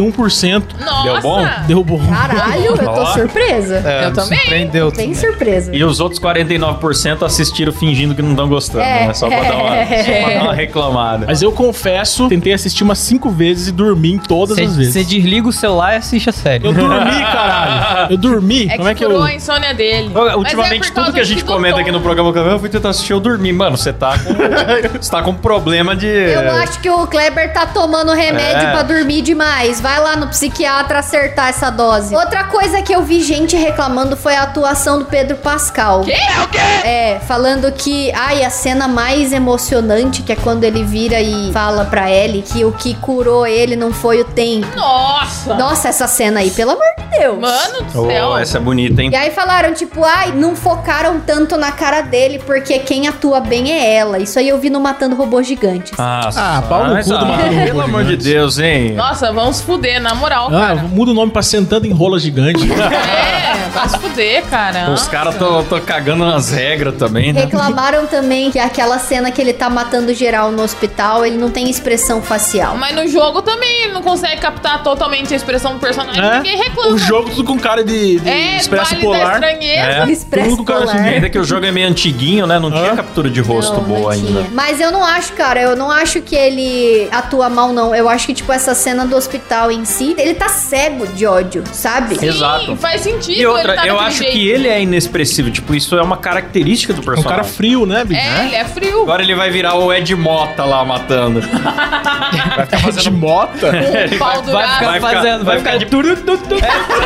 Speaker 2: 51%
Speaker 3: Nossa! É
Speaker 1: bom?
Speaker 2: deu bom.
Speaker 5: Ah. Caralho, eu tô
Speaker 1: Ó.
Speaker 5: surpresa.
Speaker 4: É,
Speaker 3: Eu também.
Speaker 4: Surpreendeu.
Speaker 5: Bem surpresa.
Speaker 1: E os outros 49% assistiram fingindo que não estão gostando,
Speaker 5: É.
Speaker 1: né? Só pra dar uma,
Speaker 3: [LAUGHS]
Speaker 1: só pra dar uma reclamada.
Speaker 2: Mas eu confesso, tentei assistir umas 5 vezes e dormi em todas as
Speaker 4: Você
Speaker 2: vezes.
Speaker 4: desliga o celular e assiste a série.
Speaker 2: Eu
Speaker 4: [LAUGHS]
Speaker 2: dormi, caralho. Eu dormi.
Speaker 3: É
Speaker 2: Como
Speaker 3: que,
Speaker 2: é que
Speaker 3: furou
Speaker 2: eu...
Speaker 3: a insônia dele.
Speaker 1: Olha,
Speaker 3: Mas é
Speaker 1: Ultimamente,
Speaker 3: por causa
Speaker 1: tudo que a gente
Speaker 3: do
Speaker 1: comenta
Speaker 3: tom.
Speaker 1: aqui no programa, eu fui tentar assistir, eu dormi. Mano, você tá
Speaker 4: [LAUGHS]
Speaker 1: com. você tá com problema de.
Speaker 5: Eu acho que o Kleber tá tomando remédio
Speaker 1: É.
Speaker 5: pra dormir demais. Vai lá no psiquiatra acertar essa dose. Outra coisa que eu vi gente reclamando foi a atuação do Pedro Pascal. Quê? O quê? É, falando que, ai, a cena mais emocionante que é quando ele vira e fala pra Ellie que o que curou ele não foi o tempo.
Speaker 3: Nossa!
Speaker 5: Nossa, essa cena aí, pelo amor de Deus.
Speaker 3: Mano do
Speaker 1: Oh,
Speaker 3: céu!
Speaker 1: essa é bonita, hein?
Speaker 5: E aí falaram, tipo, ai, não focaram tanto tanto na cara dele, porque quem atua bem é ela. Isso aí eu vi no Matando Robôs Gigantes.
Speaker 1: Ah,
Speaker 2: Ah, pau no
Speaker 1: mas,
Speaker 2: cu do Mario Robô
Speaker 1: Pelo amor de
Speaker 2: Gigante.
Speaker 1: Deus, hein?
Speaker 3: Nossa, vamos fuder, na moral,
Speaker 2: Ah,
Speaker 3: cara.
Speaker 2: muda o nome pra Sentando em Rola
Speaker 3: [LAUGHS]
Speaker 2: Gigante.
Speaker 3: É, vai se fuder, cara.
Speaker 1: Os caras estão cagando nas regras também, né?
Speaker 5: Reclamaram também que aquela cena que ele tá matando geral no hospital, ele não tem expressão facial.
Speaker 3: Mas no jogo também ele não consegue captar totalmente a expressão do personagem.
Speaker 2: É,
Speaker 3: Ninguém reclama.
Speaker 2: O jogo tudo com cara de, de
Speaker 3: é,
Speaker 2: expresso
Speaker 3: vale da
Speaker 2: polar.
Speaker 3: estranheza.
Speaker 1: É.
Speaker 5: Expresso
Speaker 2: Tudo com cara
Speaker 5: polar.
Speaker 2: assim,
Speaker 1: Ainda que o jogo é meio antiguinho, né? Não tinha
Speaker 2: Hã?
Speaker 1: captura de rosto
Speaker 5: Não, não
Speaker 1: boa
Speaker 5: tinha.
Speaker 1: ainda.
Speaker 5: Mas eu não acho, cara, eu não acho que ele atua mal, não. Eu acho que, tipo, essa cena do hospital em si, ele tá cego de ódio, sabe?
Speaker 3: Sim,
Speaker 1: Exato.
Speaker 3: faz sentido.
Speaker 1: E outra,
Speaker 3: ele tá
Speaker 1: eu
Speaker 3: daquele
Speaker 1: acho
Speaker 3: jeito.
Speaker 1: que ele é inexpressivo. Tipo, isso é uma característica do
Speaker 2: É um
Speaker 1: personagem.
Speaker 2: cara frio, né, bicho?
Speaker 3: É, ele é frio.
Speaker 1: Agora ele vai virar o Ed Mota lá matando.
Speaker 2: Vai ficar tá fazendo... De mota?
Speaker 3: O pau
Speaker 4: Vai
Speaker 3: durado.
Speaker 4: ficar
Speaker 1: Vai ficar-
Speaker 4: fazendo, vai
Speaker 1: vai ficar
Speaker 4: ficar...
Speaker 1: de-
Speaker 4: turu, tu, tu.
Speaker 2: [LAUGHS]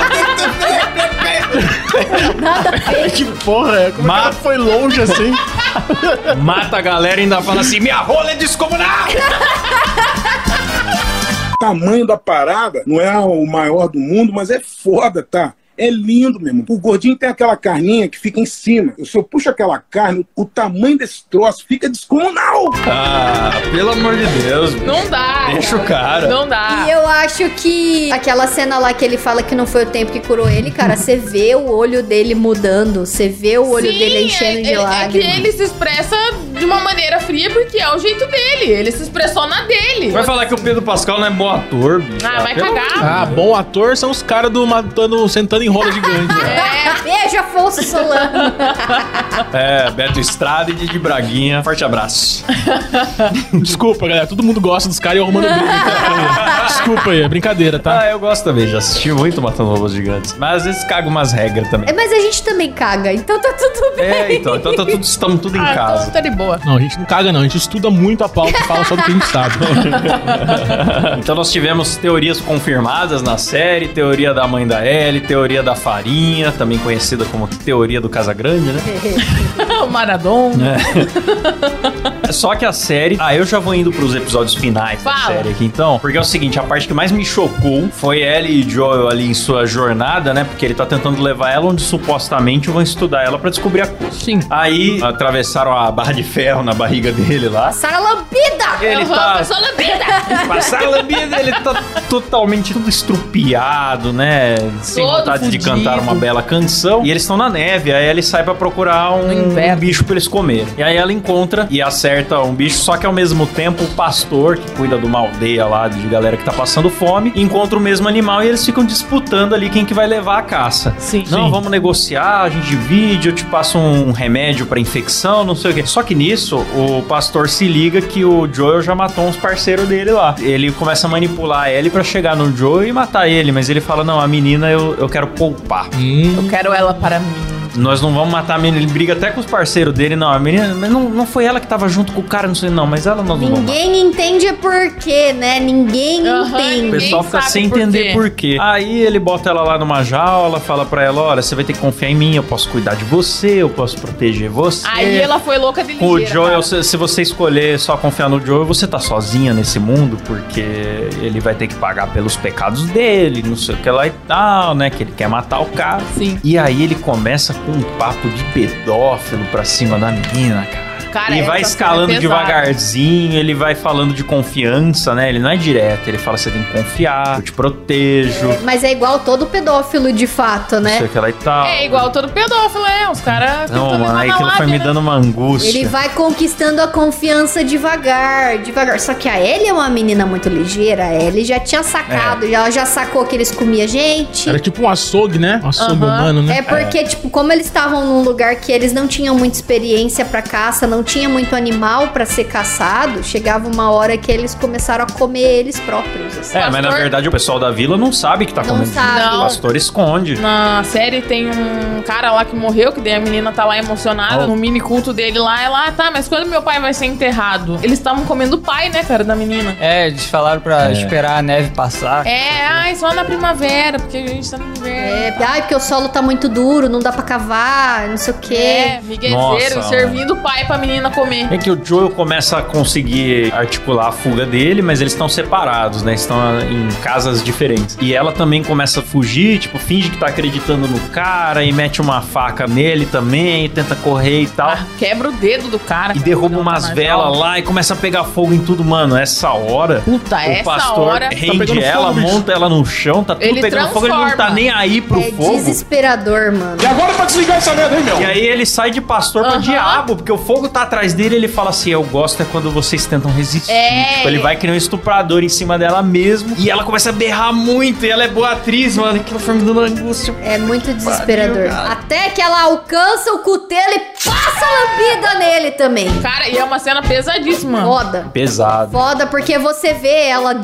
Speaker 1: [LAUGHS]
Speaker 2: que porra é? Como
Speaker 1: Mata.
Speaker 2: é que ela foi longe assim?
Speaker 1: Mata a galera e ainda fala assim: minha rola é descomunal!
Speaker 6: tamanho da parada não é o maior do mundo, mas é foda, tá? É lindo mesmo. O gordinho tem aquela carninha que fica em cima. Se eu puxo aquela carne, o tamanho desse troço fica descomunal.
Speaker 1: Ah, pelo amor de Deus.
Speaker 3: Não dá.
Speaker 1: Deixa o cara.
Speaker 3: Não dá.
Speaker 5: E eu acho que aquela cena lá que ele fala que não foi o tempo que curou ele, cara, você vê o olho dele mudando, você vê o olho
Speaker 3: Sim,
Speaker 5: dele enchendo né?
Speaker 3: é,
Speaker 5: de
Speaker 3: é- é que
Speaker 5: lágrimas. [LAUGHS]
Speaker 3: ele se expressa de uma maneira fria porque é o jeito dele. Ele se expressou na dele.
Speaker 1: Vai falar que o Pedro Pascal não é bom ator, bicho.
Speaker 3: Ah, vai
Speaker 1: Pelo-
Speaker 3: cagar.
Speaker 2: Ah, bom ator são os caras do matando, sentando em rola gigante. né?
Speaker 3: É.
Speaker 5: Beijo, Afonso Solano.
Speaker 1: É, Beto Estrada e Didi Braguinha. Forte abraço.
Speaker 3: É.
Speaker 2: Desculpa, galera. Todo mundo gosta dos caras e eu arrumando briga. Desculpa aí, é brincadeira, tá?
Speaker 1: Ah, eu gosto também. Já assisti muito Matando Robôs Gigantes. Mas às vezes cago umas regras
Speaker 5: É,
Speaker 1: também.
Speaker 5: mas a gente também caga, então tá tudo bem.
Speaker 1: É, então, então tá tudo, estamos tudo em
Speaker 3: Ah,
Speaker 1: casa.
Speaker 3: então tá de boa.
Speaker 2: Não, a gente não caga, não. A gente estuda muito a pauta e fala só do que a gente sabe.
Speaker 3: tá.
Speaker 1: Então nós tivemos teorias confirmadas na série, teoria da mãe da Ellie, teoria da farinha, também conhecida como teoria do Casa Grande, né?
Speaker 3: [LAUGHS] o Maradona.
Speaker 1: Só que a série. Ah, eu já vou indo pros episódios finais da
Speaker 3: Fala.
Speaker 1: série aqui então. Porque é o seguinte: a parte que mais me chocou foi Ellie e Joel ali em sua jornada, né? Porque ele tá tentando levar ela onde supostamente vão estudar ela pra descobrir a cura.
Speaker 4: Sim.
Speaker 1: Aí atravessaram a barra de ferro na barriga dele lá.
Speaker 5: Sara Lambida!
Speaker 1: Ele
Speaker 3: Aham,
Speaker 1: tá.
Speaker 3: passou lambida.
Speaker 1: [LAUGHS] Passar a lambida, ele tá totalmente tudo estrupiado, né? Sem
Speaker 3: Todo
Speaker 1: vontade de
Speaker 3: fudido.
Speaker 1: cantar uma bela canção. E eles estão na neve, aí ele sai pra procurar um,
Speaker 3: No inverno.
Speaker 1: um bicho pra eles comerem. E aí ela encontra e acerta um bicho, só que ao mesmo tempo o pastor, que cuida de uma aldeia lá de galera que tá passando fome, encontra o mesmo animal e eles ficam disputando ali quem que vai levar a caça.
Speaker 3: Sim.
Speaker 1: Não,
Speaker 2: Sim.
Speaker 1: vamos negociar, a gente divide, eu te passo um remédio pra infecção, não sei o quê. Só que nisso, o pastor se liga que o Joel já matou uns parceiros dele lá. Ele começa a manipular a Ellie pra chegar no Joel e matar ele, mas ele fala, não, a menina eu, eu quero poupar.
Speaker 2: Hum,
Speaker 3: Eu quero ela para mim.
Speaker 1: Nós não vamos matar a menina. Ele briga até com os parceiros dele, não, a menina, mas não, não foi ela que tava junto com o cara, não sei, não, mas ela nós não vamos matar.
Speaker 5: Ninguém entende é por quê, né? Ninguém
Speaker 3: Aham,
Speaker 1: O
Speaker 5: entende.
Speaker 3: ninguém.
Speaker 1: pessoal fica
Speaker 3: sabe
Speaker 1: sem
Speaker 3: por
Speaker 1: entender
Speaker 3: quê.
Speaker 1: por quê. Aí ele bota ela lá numa jaula, fala pra ela: olha, você vai ter que confiar em mim, eu posso cuidar de você, eu posso proteger você.
Speaker 3: Aí ela foi louca de
Speaker 1: É. O
Speaker 3: ligeira.
Speaker 1: Joel,
Speaker 3: cara.
Speaker 1: se, se você escolher só confiar no Joel, você tá sozinha nesse mundo, porque ele vai ter que pagar pelos pecados dele, não sei o que lá e tal, né? Que ele quer matar o cara.
Speaker 3: Sim.
Speaker 1: E aí ele começa com um papo de pedófilo pra cima da menina, cara.
Speaker 3: Cara,
Speaker 1: e
Speaker 3: essa
Speaker 1: vai
Speaker 3: cena é
Speaker 1: escalando
Speaker 3: pesada.
Speaker 1: devagarzinho, ele vai falando de confiança, né? Ele não é direto, ele fala: você tem que confiar, eu te protejo,
Speaker 3: Né?
Speaker 1: não
Speaker 5: Mas é igual todo pedófilo, de fato,
Speaker 1: sei
Speaker 5: né?
Speaker 1: o que lá e tal.
Speaker 3: É igual todo pedófilo, é. Os caras
Speaker 1: Não,
Speaker 3: tentando
Speaker 1: mano,
Speaker 3: levar
Speaker 1: aí
Speaker 3: na
Speaker 1: aquilo foi
Speaker 3: lábia,
Speaker 1: me
Speaker 3: né?
Speaker 1: dando uma
Speaker 2: é
Speaker 1: angústia.
Speaker 5: Ele vai conquistando a confiança devagar, devagar. Só que a Ellie é uma menina muito ligeira. A Ellie já tinha sacado, já- ela já sacou que eles comiam gente.
Speaker 2: É. era tipo um açougue, né? Um açougue
Speaker 3: Aham.
Speaker 2: humano, né?
Speaker 5: É porque, tipo, como eles estavam num lugar que eles não tinham muita experiência pra caça, não tinha muito animal pra ser caçado, chegava uma hora que eles começaram a comer eles próprios. assim.
Speaker 1: É, mas na
Speaker 3: Pastor-
Speaker 1: verdade o pessoal da vila não sabe que tá
Speaker 5: Não
Speaker 1: comendo.
Speaker 5: sabe.
Speaker 1: O
Speaker 3: Não.
Speaker 1: pastor esconde.
Speaker 3: Na série tem um cara lá que morreu, que daí a menina tá lá emocionada
Speaker 1: Oh.
Speaker 3: no mini culto dele lá. Ela, ah, tá, mas quando meu pai vai ser enterrado? Eles estavam comendo o pai, né, cara, da menina.
Speaker 4: É, eles falaram pra esperar a neve passar.
Speaker 3: É, ai, só na primavera, porque a gente tá no inverno.
Speaker 5: É, ai, porque o solo tá muito duro, não dá pra cavar, não sei o quê.
Speaker 3: É, miguezeiro
Speaker 1: Nossa,
Speaker 3: servindo o pai pra menina comer.
Speaker 1: É que o Joel começa a conseguir articular a fuga dele, mas eles estão separados, né? Estão em casas diferentes. E ela também começa a fugir, tipo, finge que tá acreditando no cara e mete uma faca nele também, tenta correr e tal.
Speaker 3: Ah, quebra o dedo do cara.
Speaker 1: E derruba
Speaker 3: Não,
Speaker 1: umas
Speaker 3: mas
Speaker 1: velas
Speaker 3: não.
Speaker 1: lá e começa a pegar fogo em tudo, mano. Essa hora.
Speaker 3: Puta,
Speaker 1: o
Speaker 3: É, essa
Speaker 1: pastor
Speaker 3: hora.
Speaker 1: rende
Speaker 2: Tá pegando fogo,
Speaker 1: ela,
Speaker 2: bicho.
Speaker 1: monta ela no chão, tá tudo
Speaker 3: Ele
Speaker 1: pegando fogo, ele não tá
Speaker 3: transforma.
Speaker 1: nem aí pro
Speaker 5: É
Speaker 1: fogo.
Speaker 5: desesperador, mano.
Speaker 2: E agora pra desligar essa merda, hein, meu?
Speaker 1: E aí ele sai de pastor pra
Speaker 3: Aham.
Speaker 1: diabo, porque o fogo tá atrás dele e ele fala assim: Eu gosto é quando vocês tentam resistir.
Speaker 3: É.
Speaker 1: Tipo, ele vai criar um estuprador em cima dela mesmo. E ela começa a berrar muito. E ela é boa atriz, mano. Aquilo foi me dando angústia.
Speaker 5: É muito desesperador. Até que ela alcança o cutelo e passa a lambida nele também.
Speaker 3: Cara, e é uma cena pesadíssima.
Speaker 5: Foda.
Speaker 1: Pesado.
Speaker 5: Foda, porque você vê ela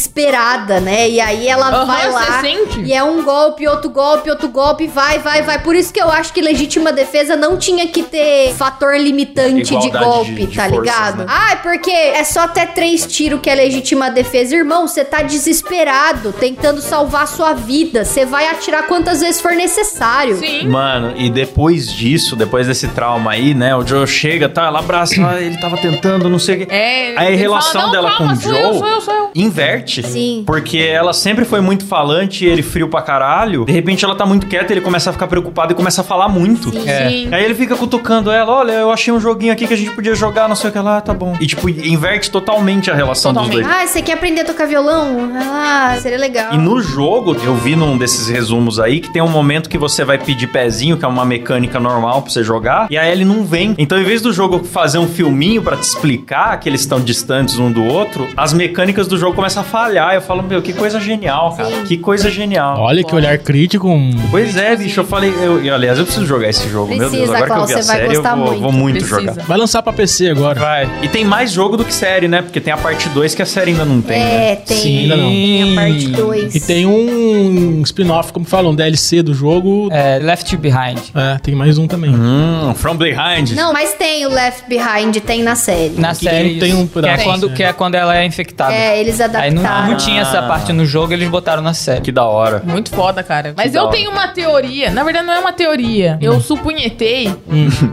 Speaker 5: desesperada, né? E aí ela
Speaker 3: Aham,
Speaker 5: vai lá.
Speaker 3: você sente.
Speaker 5: E é um golpe, outro golpe, outro golpe, vai, vai, vai. Por isso que eu acho que legítima defesa não tinha que ter fator limitante de
Speaker 1: Igualdade
Speaker 5: golpe,
Speaker 1: de- de
Speaker 5: tá
Speaker 1: forças,
Speaker 5: ligado?
Speaker 1: né?
Speaker 5: Ah, é porque é só até três tiros que é legítima defesa. Irmão, você tá desesperado, tentando salvar a sua vida. Você vai atirar quantas vezes for necessário.
Speaker 3: Sim.
Speaker 1: Mano, e depois disso, depois desse trauma aí, né? O Joe chega, tá? Ela abraça, ah, ele tava tentando, não sei o que.
Speaker 3: É, ele
Speaker 1: Aí a
Speaker 3: fala,
Speaker 1: relação
Speaker 3: "Não,
Speaker 1: dela
Speaker 3: calma,
Speaker 1: com o
Speaker 3: sou
Speaker 1: Joe
Speaker 3: eu, sou eu, sou eu.
Speaker 1: inverte.
Speaker 5: Sim.
Speaker 1: Porque ela sempre foi muito falante e ele frio pra caralho. De repente ela tá muito quieta, ele começa a ficar preocupado e começa a falar muito.
Speaker 4: É.
Speaker 3: Sim.
Speaker 1: Aí ele fica cutucando ela, olha, eu achei um joguinho aqui que a gente podia jogar, não sei o que lá, tá bom. E tipo, inverte totalmente a relação dos
Speaker 3: Totalmente.
Speaker 1: dois.
Speaker 5: Ah, você quer aprender a tocar violão? Ah, seria legal.
Speaker 1: E no jogo, eu vi num desses resumos aí que tem um momento que você vai pedir pezinho, que é uma mecânica normal pra você jogar, e aí ele não vem. Então, em vez do jogo fazer um filminho pra te explicar que eles estão distantes um do outro, as mecânicas do jogo começam a falhar. Eu falo, meu, que coisa genial, cara. Que coisa genial.
Speaker 2: Olha que olhar crítico. um-
Speaker 1: Pois é, bicho, eu falei. Eu, eu, aliás, eu preciso jogar esse jogo. meu Deus,
Speaker 5: Precisa,
Speaker 1: agora que eu
Speaker 5: Klaus,
Speaker 1: vi a
Speaker 5: você vai
Speaker 1: série, eu
Speaker 5: gostar
Speaker 1: vou muito,
Speaker 5: muito.
Speaker 1: vou muito
Speaker 3: Precisa.
Speaker 1: jogar.
Speaker 2: Vai lançar pra PC agora.
Speaker 1: Vai. E tem mais jogo do que série, né? Porque tem a parte 2 que a série ainda não tem. né?
Speaker 5: É, tem.
Speaker 2: Sim, ainda não.
Speaker 5: Tem a parte 2.
Speaker 2: E tem um spin-off, como falam, um DLC do jogo. É.
Speaker 4: É, Left Behind.
Speaker 2: tem mais um também.
Speaker 1: Hum, From Behind.
Speaker 5: Não, mas tem o Left Behind, tem na série.
Speaker 4: Na
Speaker 2: Que
Speaker 4: série.
Speaker 2: tem- tem um
Speaker 4: isso. que, é
Speaker 2: pedaço,
Speaker 4: quando,
Speaker 1: assim.
Speaker 2: né?
Speaker 4: que é quando ela é infectada.
Speaker 5: É, eles
Speaker 4: Aí não,
Speaker 5: adaptaram.
Speaker 4: não tinha essa parte no jogo, eles botaram na série.
Speaker 1: Que da hora.
Speaker 3: Muito foda, cara. Mas
Speaker 1: da
Speaker 3: eu
Speaker 1: hora.
Speaker 3: tenho uma teoria. Na verdade, não é uma teoria. Eu supunhetei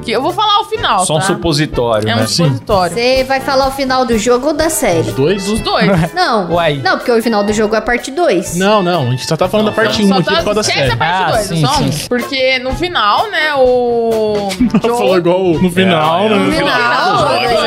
Speaker 3: que eu vou falar o final.
Speaker 1: Só um
Speaker 3: tá?
Speaker 1: supositório,
Speaker 3: É
Speaker 1: né?
Speaker 3: um supositório.
Speaker 5: Você vai falar o final do jogo ou da série?
Speaker 2: Dois?
Speaker 3: Dos dois.
Speaker 5: Não.
Speaker 4: Uai.
Speaker 5: Não, porque o final do jogo é a parte 2.
Speaker 2: Não, não. A gente só tá falando da parte 1 um
Speaker 3: Só
Speaker 2: aqui por causa da
Speaker 3: esquece
Speaker 2: série.
Speaker 3: a parte
Speaker 4: Ah,
Speaker 3: 2,
Speaker 4: sim,
Speaker 3: só um.
Speaker 4: sim.
Speaker 3: Porque no final, né, o. Joe-
Speaker 2: Falou igual no final,
Speaker 5: No
Speaker 2: né?
Speaker 5: final,
Speaker 1: final do
Speaker 5: do
Speaker 1: jogo,
Speaker 5: jogo,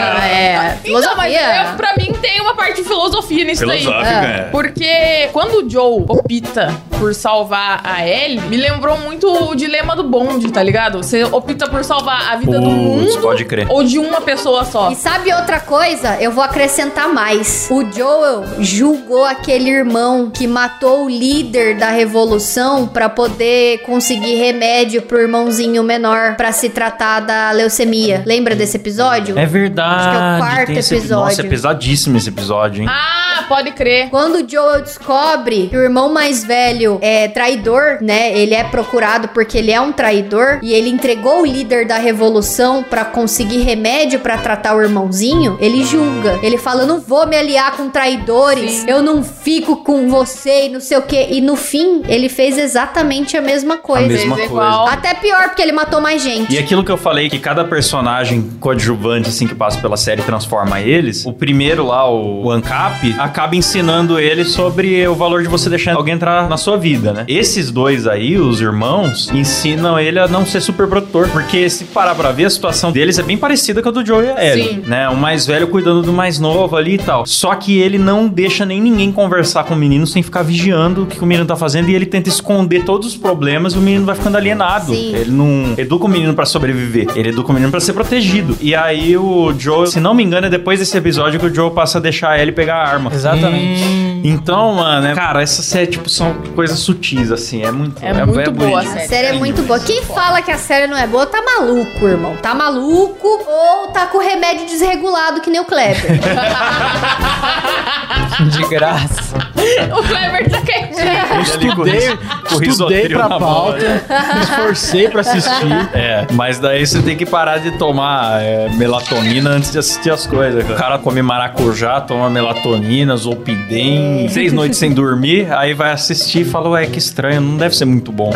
Speaker 3: Então,
Speaker 5: é.
Speaker 3: mas
Speaker 5: Filosofia.
Speaker 3: eu, pra mim tem uma parte de filosofia nisso daí.
Speaker 5: É.
Speaker 3: Porque quando o Joe opta por salvar a Ellie, me lembrou muito o dilema do Bond, tá ligado? Você opta por salvar a vida do
Speaker 1: Putz,
Speaker 3: mundo
Speaker 1: pode crer.
Speaker 3: ou de uma pessoa só.
Speaker 5: E sabe outra coisa? Eu vou acrescentar mais. O Joel julgou aquele irmão que matou o líder da revolução pra poder conseguir remédio pro irmãozinho menor pra se tratar da leucemia. Lembra desse episódio?
Speaker 1: É verdade.
Speaker 5: Acho que é o quarto
Speaker 1: tem esse-
Speaker 5: episódio.
Speaker 1: Nossa, é pesadíssimo esse episódio, hein?
Speaker 3: Ah, pode crer. [LAUGHS]
Speaker 5: Quando o Joel descobre que o irmão mais velho é traidor, né? Ele é procurado porque ele é um traidor e ele entregou o líder da revolução pra conseguir remédio pra tratar o irmãozinho, ele julga. Ele fala: "Eu não vou me aliar com traidores.
Speaker 3: Sim.
Speaker 5: Eu não fico com você" e não sei o quê. E no fim, ele fez exatamente a mesma coisa.
Speaker 1: A mesma
Speaker 3: Fez
Speaker 1: coisa.
Speaker 3: igual.
Speaker 5: Até pior porque ele matou mais gente.
Speaker 1: E aquilo que eu falei, que cada personagem coadjuvante, assim, que passa pela série transforma eles, o primeiro lá, o, o Ancap, acaba ensinando ele sobre o valor de você deixar alguém entrar na sua vida, né? Esses dois aí, os irmãos, ensinam ele a não ser super protetor, porque se parar pra ver, a situação deles é bem parecida com a do Joey e a Ellie,
Speaker 3: Sim.
Speaker 1: né? O mais velho cuidando do mais novo ali e tal. Só que ele não deixa nem ninguém conversar com o menino sem ficar vigiando o que o menino tá fazendo e ele tenta esconder todos os problemas e o menino vai ficando alienado. É
Speaker 5: Sim.
Speaker 1: Ele não educa o menino pra sobreviver, ele educa o menino pra ser protegido. E aí o Joe, se não me engano, é depois desse episódio que o Joe passa a deixar ele pegar a arma.
Speaker 4: Exatamente.
Speaker 1: Então, mano, é- cara, essas séries tipo, são coisas sutis, assim, é muito...
Speaker 3: É muito boa a
Speaker 5: A
Speaker 1: demais.
Speaker 5: série é muito boa. Quem fala que a série não é boa tá maluco, irmão. Tá maluco ou tá com remédio desregulado que nem o Kleber. [LAUGHS]
Speaker 4: De graça.
Speaker 3: o Kleber tá quietinho.
Speaker 1: Eu
Speaker 2: Estudei, estudei pra pauta, me esforcei pra assistir.
Speaker 1: né? É, mas daí você tem que parar de tomar é, melatonina antes de assistir as coisas. cara. O cara come maracujá, toma melatonina, zolpidem, seis noites sem dormir, aí vai assistir e fala, ué, que estranho, não deve ser muito bom.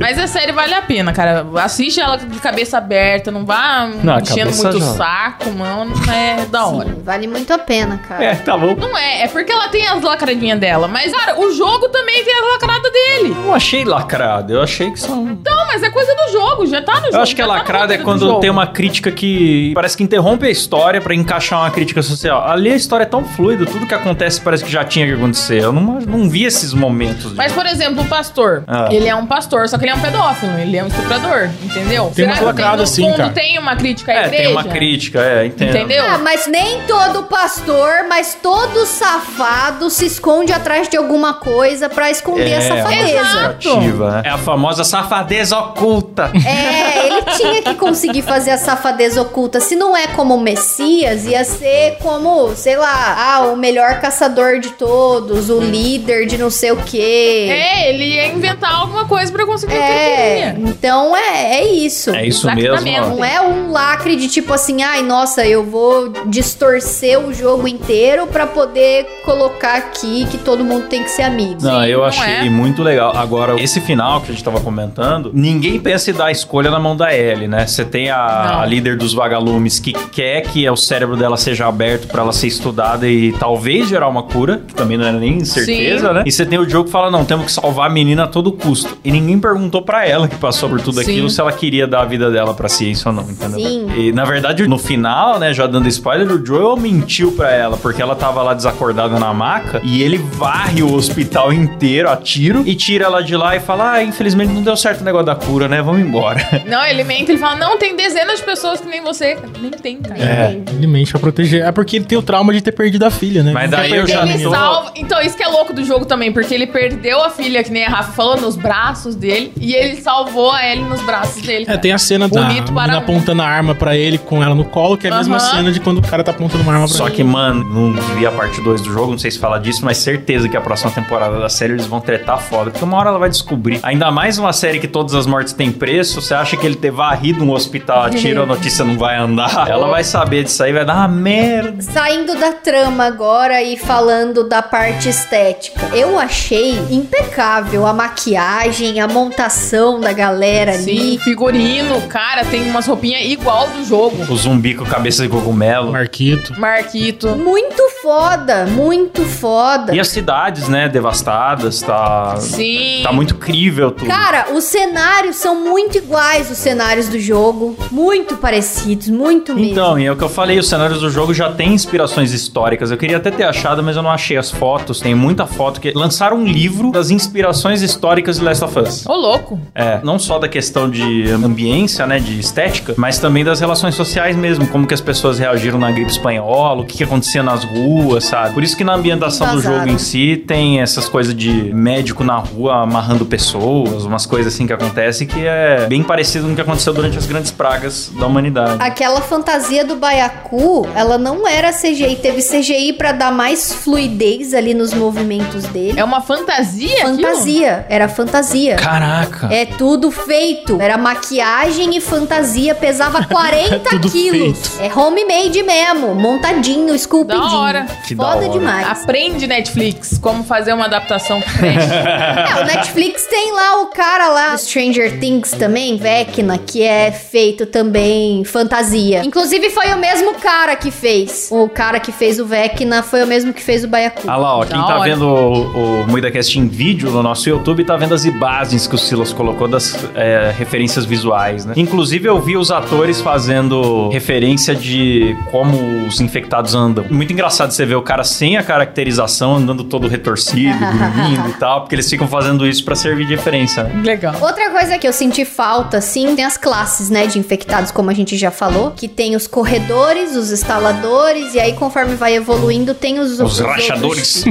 Speaker 3: Mas a série vale a pena, cara. Assiste ela de cabeça aberta, não vá
Speaker 1: Não,
Speaker 3: enchendo
Speaker 1: cabeça
Speaker 3: muito o
Speaker 1: já-
Speaker 3: saco, mano. É da hora.
Speaker 5: Vale muito a pena, cara.
Speaker 1: [LAUGHS] É, tá bom.
Speaker 3: Não é, é porque ela tem as lacradinhas dela. Mas, cara, o jogo também tem as lacradas dele.
Speaker 1: Não achei lacrado, eu achei que são.
Speaker 3: Não, mas é coisa do jogo, já tá no jogo.
Speaker 1: Eu acho que
Speaker 3: já
Speaker 1: a
Speaker 3: tá no
Speaker 1: lacrada é
Speaker 3: roteiro do
Speaker 1: quando
Speaker 3: jogo.
Speaker 1: tem uma crítica que parece que interrompe a história pra encaixar uma crítica social. Ali a história é tão fluida, tudo que acontece parece que já tinha que acontecer. Eu não, não vi esses momentos. de-
Speaker 3: Mas, por exemplo, o pastor.
Speaker 1: Ah.
Speaker 3: Ele é um pastor, só que ele é um pedófilo. Ele é um estuprador, entendeu?
Speaker 2: Tem umas lacradas
Speaker 3: que
Speaker 2: assim,
Speaker 3: no fundo
Speaker 2: cara.
Speaker 3: tem uma crítica à
Speaker 1: é,
Speaker 3: igreja?
Speaker 1: tem uma crítica, é, entendo.
Speaker 3: Entendeu?
Speaker 5: Ah, mas nem todo pastor, mas todo safado se esconde atrás de alguma coisa pra esconder a safadeza.
Speaker 1: Ativa, É a famosa safadeza oculta.
Speaker 5: É, ele tinha que conseguir fazer a safadeza oculta. Se não é como o Messias, ia ser como, sei lá, ah, o melhor caçador de todos, o líder de não sei o quê.
Speaker 3: É, ele ia inventar alguma coisa pra conseguir o que ele
Speaker 5: É,
Speaker 3: queria.
Speaker 5: então é, é isso.
Speaker 1: É isso mesmo.
Speaker 3: Exatamente.
Speaker 1: ó.
Speaker 5: Não é um lacre de tipo assim, ai, nossa, eu vou distorcer o jogo inteiro pra poder colocar aqui que todo mundo tem que ser amigo.
Speaker 1: Não, eu
Speaker 3: não
Speaker 1: achei
Speaker 3: é.
Speaker 1: muito legal. Agora, esse final que a gente tava comentando, ninguém pensa em dar a escolha na mão da Ellie, né? Você tem a,
Speaker 3: Não.
Speaker 1: a líder dos vagalumes que quer que o cérebro dela seja aberto pra ela ser estudada e talvez gerar uma cura, que também não era nem certeza,
Speaker 3: Sim.
Speaker 1: né? E você tem o Diogo que fala, não, temos que salvar a menina a todo custo. E ninguém perguntou pra ela que passou por tudo
Speaker 3: Sim.
Speaker 1: aquilo se ela queria dar a vida dela pra ciência ou não, entendeu?
Speaker 5: Sim.
Speaker 1: E, na verdade, no final, né, já dando spoiler, o Joel mentiu pra ela, porque ela tava lá desacordada na maca, e ele varre o hospital inteiro a tiro, e tira ela de lá e fala, ah, infelizmente não deu certo o negócio da cura, né, vamos embora.
Speaker 3: Não, ele mente, ele fala, não, tem dezenas de pessoas que nem você. Nem tem, cara.
Speaker 1: É.
Speaker 2: Ele mente pra proteger. É porque ele tem o trauma de ter perdido a filha, né?
Speaker 1: Mas
Speaker 2: Não quer
Speaker 1: daí eu
Speaker 2: perder
Speaker 1: já
Speaker 2: a
Speaker 3: Ele
Speaker 1: tô-
Speaker 2: menina.
Speaker 3: salva. Então, isso que é louco do jogo também, porque ele perdeu a filha, que nem a Rafa falou, nos braços dele. E ele salvou a Ellie nos braços dele.
Speaker 2: É,
Speaker 3: cara.
Speaker 2: tem a cena da
Speaker 3: Bonito para
Speaker 2: menina
Speaker 3: mim.
Speaker 2: apontando a arma pra ele com ela no colo, que é a mesma
Speaker 3: Aham.
Speaker 2: cena de quando o cara tá apontando uma arma
Speaker 1: [LAUGHS]
Speaker 2: pra
Speaker 1: Só
Speaker 2: ele.
Speaker 1: que, mano, não vi a parte 2 do jogo, não sei se fala disso, mas certeza que a próxima temporada da série eles vão tretar foda, porque uma hora ela vai descobrir. Ainda mais uma série que todas as mortes têm preço, você acha que ele ter varrido um hospital a tiro, a notícia não vai andar. Ela vai saber disso aí, vai dar uma merda.
Speaker 5: Saindo da trama agora e falando da parte estética. Eu achei impecável a maquiagem, a montação da galera
Speaker 3: Sim,
Speaker 5: ali.
Speaker 3: figurino, cara, tem umas roupinhas igual do jogo.
Speaker 1: O zumbi com cabeça de cogumelo.
Speaker 2: Marquito.
Speaker 3: Marquito.
Speaker 5: Muito foda, muito foda.
Speaker 1: E as cidades, né, devastadas, tá.
Speaker 3: Sim.
Speaker 1: Tá muito crível tudo.
Speaker 5: Cara, os cenários são muito iguais os cenários do jogo, muito parecidos, muito mesmo.
Speaker 1: Então, e é o que eu falei, os cenários do jogo já têm inspirações históricas. Eu queria até ter achado, mas eu não achei as fotos. Tem muita foto que lançaram um livro das inspirações históricas de Last of Us.
Speaker 3: Ô, louco.
Speaker 1: É, não só da questão de ambiência, né, de estética, mas também das relações sociais mesmo, como que as pessoas reagiram na gripe espanhola, o que que acontecia nas ruas, sabe? Por isso que na ambientação do
Speaker 5: Embasado.
Speaker 1: jogo em si tem essas coisas de médico na rua amarrando pessoas, umas coisas assim que acontecem que é bem parecido com o que aconteceu durante as grandes pragas da humanidade.
Speaker 5: Aquela fantasia do Baiacu, ela não era CGI, teve CGI pra dar mais fluidez ali nos movimentos dele.
Speaker 3: É uma fantasia aquilo?
Speaker 5: fantasia, era fantasia.
Speaker 1: Caraca!
Speaker 5: É tudo feito. Era maquiagem e fantasia,
Speaker 1: [LAUGHS] É
Speaker 5: pesava 40
Speaker 2: Tudo
Speaker 5: quilos. É homemade mesmo, montadinho, esculpidinho.
Speaker 3: Da hora.
Speaker 1: Que da
Speaker 5: Foda
Speaker 1: hora.
Speaker 5: demais.
Speaker 3: Aprende Netflix como fazer uma adaptação
Speaker 1: [LAUGHS]
Speaker 5: É, o Netflix tem lá o cara lá, Stranger Things também, Vecna, que é feito também fantasia. Inclusive foi o mesmo cara que fez. O cara que fez o Vecna foi o mesmo que fez o Baiacu.
Speaker 1: Ah lá, ó,
Speaker 3: Da
Speaker 1: quem tá
Speaker 3: hora.
Speaker 1: vendo o, o MuidaCast em vídeo no nosso YouTube tá vendo as imagens que o Silas colocou das é, referências visuais, né? Inclusive eu vi os atores fazendo referência de como os infectados andam. Muito engraçado você ver o cara sem a caracterização andando todo
Speaker 5: [LAUGHS]
Speaker 1: retorcido, dormindo e tal, porque eles ficam fazendo isso pra servir de referência. né?
Speaker 3: Legal.
Speaker 5: Outra coisa que eu senti falta, assim, tem as classes, né, de infectados, como a gente já falou, que tem os corredores, os instaladores, e aí conforme vai evoluindo tem os...
Speaker 1: Os
Speaker 5: outros-
Speaker 1: rachadores.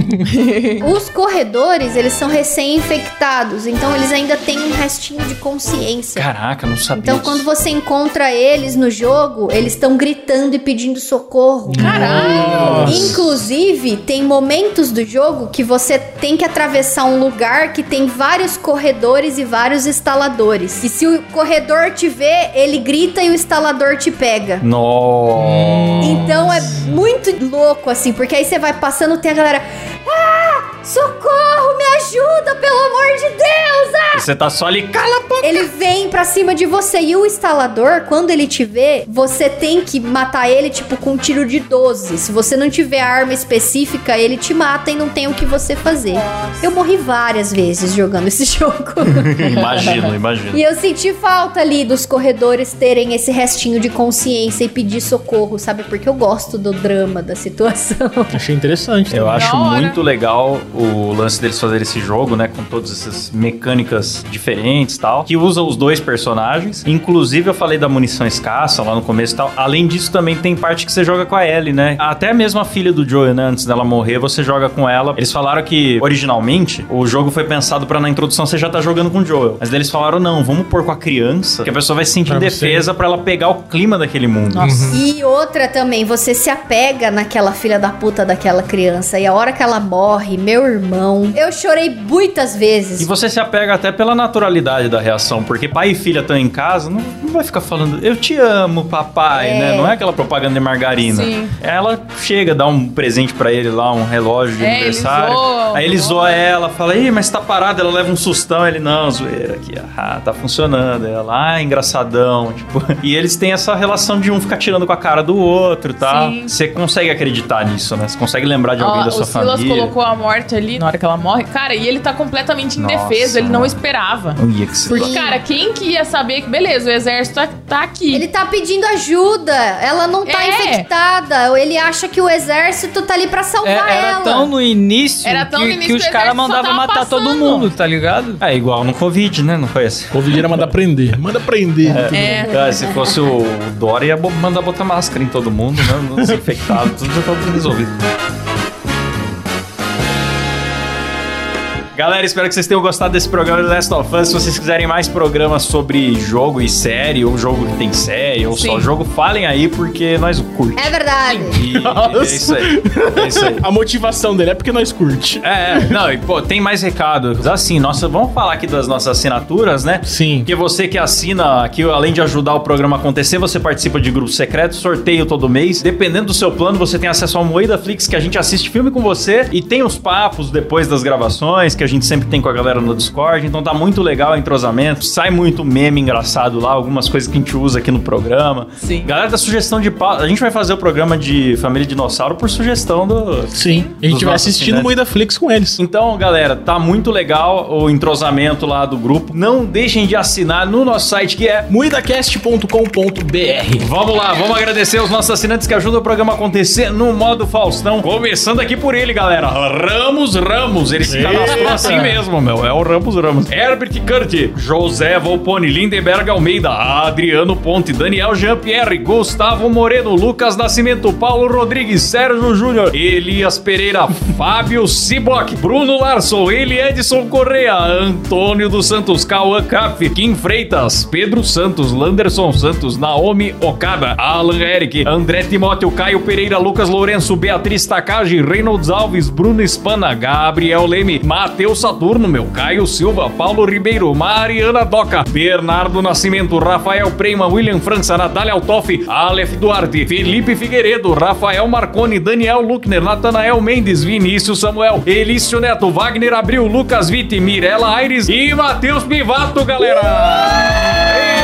Speaker 5: Os corredores, eles são recém-infectados, então eles ainda têm um restinho de consciência.
Speaker 1: Caraca, não sabia.
Speaker 5: Então,
Speaker 1: disso.
Speaker 5: quando você encontra eles no jogo, eles estão gritando e pedindo socorro.
Speaker 3: Caralho!
Speaker 5: Inclusive, tem momentos do jogo que você tem que atravessar um lugar que tem vários corredores e vários instaladores. E se o corredor te vê, ele grita e o instalador te pega.
Speaker 1: Nossa.
Speaker 5: Então é muito louco, assim, porque aí você vai passando, tem a galera. Ah! Socorro, me ajuda, pelo amor de Deus! Ah!
Speaker 1: Você tá só ali, [LAUGHS] cala a boca.
Speaker 5: Ele vem pra cima de você e o instalador, quando ele te vê, você tem que matar ele, tipo, com um tiro de 12. Se você não tiver arma específica, ele te mata e não tem o que você fazer. Eu morri várias vezes jogando [LAUGHS] esse jogo.
Speaker 1: Imagino, imagino.
Speaker 5: E eu senti falta ali dos corredores terem esse restinho de consciência e pedir socorro, sabe? Porque eu gosto do drama da situação.
Speaker 2: Achei interessante.
Speaker 1: Eu
Speaker 2: também.
Speaker 1: acho
Speaker 3: Da hora.
Speaker 1: muito legal o lance deles fazerem esse jogo, né? Com todas essas mecânicas diferentes e tal. Que usa os dois personagens. Inclusive, eu falei da munição escassa lá no começo e tal. Além disso, também tem parte que você joga com a Ellie, né? Até mesmo a filha do Joel, né? Antes dela morrer, você joga com ela. Eles falaram que, originalmente, o jogo foi pensado pra na introdução você já tá jogando com o Joel. Mas daí eles falaram, não, vamos pôr com a criança. Que a pessoa vai se sentir
Speaker 2: Pra você.
Speaker 1: defesa pra ela pegar o clima daquele mundo.
Speaker 5: E outra também, você se apega naquela filha da puta daquela criança. E a hora que ela morre, meu irmão. Eu chorei muitas vezes.
Speaker 1: E você se apega até pela naturalidade da reação, porque pai e filha estão em casa, não, não vai ficar falando, eu te amo, papai,
Speaker 5: É.
Speaker 1: né? Não é aquela propaganda de margarina.
Speaker 3: Sim.
Speaker 1: Ela chega, dá um presente pra ele lá, um relógio de
Speaker 3: É, ele
Speaker 1: aniversário.
Speaker 3: zoa,
Speaker 1: aí ele
Speaker 3: zoa.
Speaker 1: zoa ela, fala, ih, mas tá parada, ela leva um sustão. Ele, não, zoeira aqui, ah, tá funcionando. Ela, ah, engraçadão, tipo. [LAUGHS] E eles têm essa relação de um ficar tirando com a cara do outro, tá?
Speaker 3: Sim.
Speaker 1: Você consegue acreditar nisso, né? Você consegue lembrar de alguém
Speaker 3: Ó,
Speaker 1: da sua
Speaker 3: o Silas
Speaker 1: família.
Speaker 3: colocou a morte ali na hora que ela morre. Cara, e ele tá completamente
Speaker 1: Nossa,
Speaker 3: indefeso, ele não
Speaker 1: mano.
Speaker 3: esperava.
Speaker 1: Ia que você
Speaker 3: Porque,
Speaker 5: Sim.
Speaker 3: cara, quem que ia saber que, beleza, o exército tá, tá aqui.
Speaker 5: Ele tá pedindo ajuda. Ela não tá
Speaker 3: É.
Speaker 5: infectada. Ele acha que o exército tá ali pra
Speaker 4: É,
Speaker 5: salvar
Speaker 4: era
Speaker 5: ela.
Speaker 4: tão no início,
Speaker 3: Era tão
Speaker 4: que,
Speaker 3: no início
Speaker 4: que
Speaker 3: que
Speaker 4: os
Speaker 3: o
Speaker 4: caras
Speaker 3: exército só
Speaker 4: mandavam
Speaker 3: tava
Speaker 4: matar todo
Speaker 3: passando.
Speaker 4: mundo, tá ligado?
Speaker 1: É igual no Covid, né? Não foi assim?
Speaker 2: Covideira manda prender. Manda prender.
Speaker 3: É.
Speaker 1: Ah, se fosse o Dória, ia bo- mandar botar máscara em todo mundo, né? Desinfectado, tudo já tá tudo resolvido. Galera, espero que vocês tenham gostado desse programa de Last of Us. Se vocês quiserem mais programas sobre jogo e série, ou jogo que tem série, ou só
Speaker 3: Sim.
Speaker 1: jogo, falem aí, porque nós curtimos.
Speaker 5: É verdade.
Speaker 1: E é isso aí. É isso aí.
Speaker 2: A motivação dele é porque nós curte.
Speaker 1: É, é, não, e pô, tem mais recado. Assim, nossa, vamos falar aqui das nossas assinaturas, né?
Speaker 2: Sim.
Speaker 1: Porque você que assina aqui, além de ajudar o programa a acontecer, você participa de grupo secreto, sorteio todo mês. Dependendo do seu plano, você tem acesso ao Moeda Flix, que a gente assiste filme com você e tem os papos depois das gravações, que a gente sempre tem com a galera no Discord. Então tá muito legal o entrosamento. Sai muito meme engraçado lá, algumas coisas que a gente usa aqui no programa.
Speaker 3: Sim.
Speaker 1: Galera da sugestão de pauta, a gente vai fazer o programa de Família Dinossauro por sugestão do,
Speaker 2: Sim. A
Speaker 1: Dos
Speaker 2: gente vai
Speaker 1: nossos né?
Speaker 2: assistindo
Speaker 1: finais.
Speaker 2: Moída Flix com eles.
Speaker 1: então, galera, tá muito legal o entrosamento lá do grupo. Não deixem de assinar no nosso site que é.
Speaker 2: Moidacast.com.br
Speaker 1: Vamos lá, vamos agradecer os nossos assinantes que ajudam o programa a acontecer no modo Faustão. Começando aqui por ele, galera. Ramos Ramos. Ele se cadastrou assim mesmo, meu. É o Ramos Ramos. Herbert Curti, José Volpone, Lindenberg Almeida, Adriano Ponte, Daniel Jean-Pierre, Gustavo Moreno, Lucas Nascimento, Paulo Rodrigues, Sérgio Júnior, Elias Pereira, [LAUGHS] Fábio Siboc, Bruno Larson, ele Edson Correa, Antônio dos Santos, Cauã Cap, Kim Freitas, Pedro Santos, Landerson Santos, Naomi Okada, Alan Eric, André Timóteo, Caio Pereira, Lucas Lourenço, Beatriz Takagi, Reynolds Alves, Bruno Espana, Gabriel Leme, Matheus Saturno, meu, Caio Silva, Paulo Ribeiro, Mariana Doca, Bernardo Nascimento, Rafael Prema, William França, Natália Altoff, Aleph Duarte, Felipe Figueiredo, Rafael Marconi, Daniel Luckner, Natanael Mendes, Vinícius Samuel, Elício Neto, Wagner Abril, Lucas Vitti, Mirela Aires e Matheus Pivato, galera!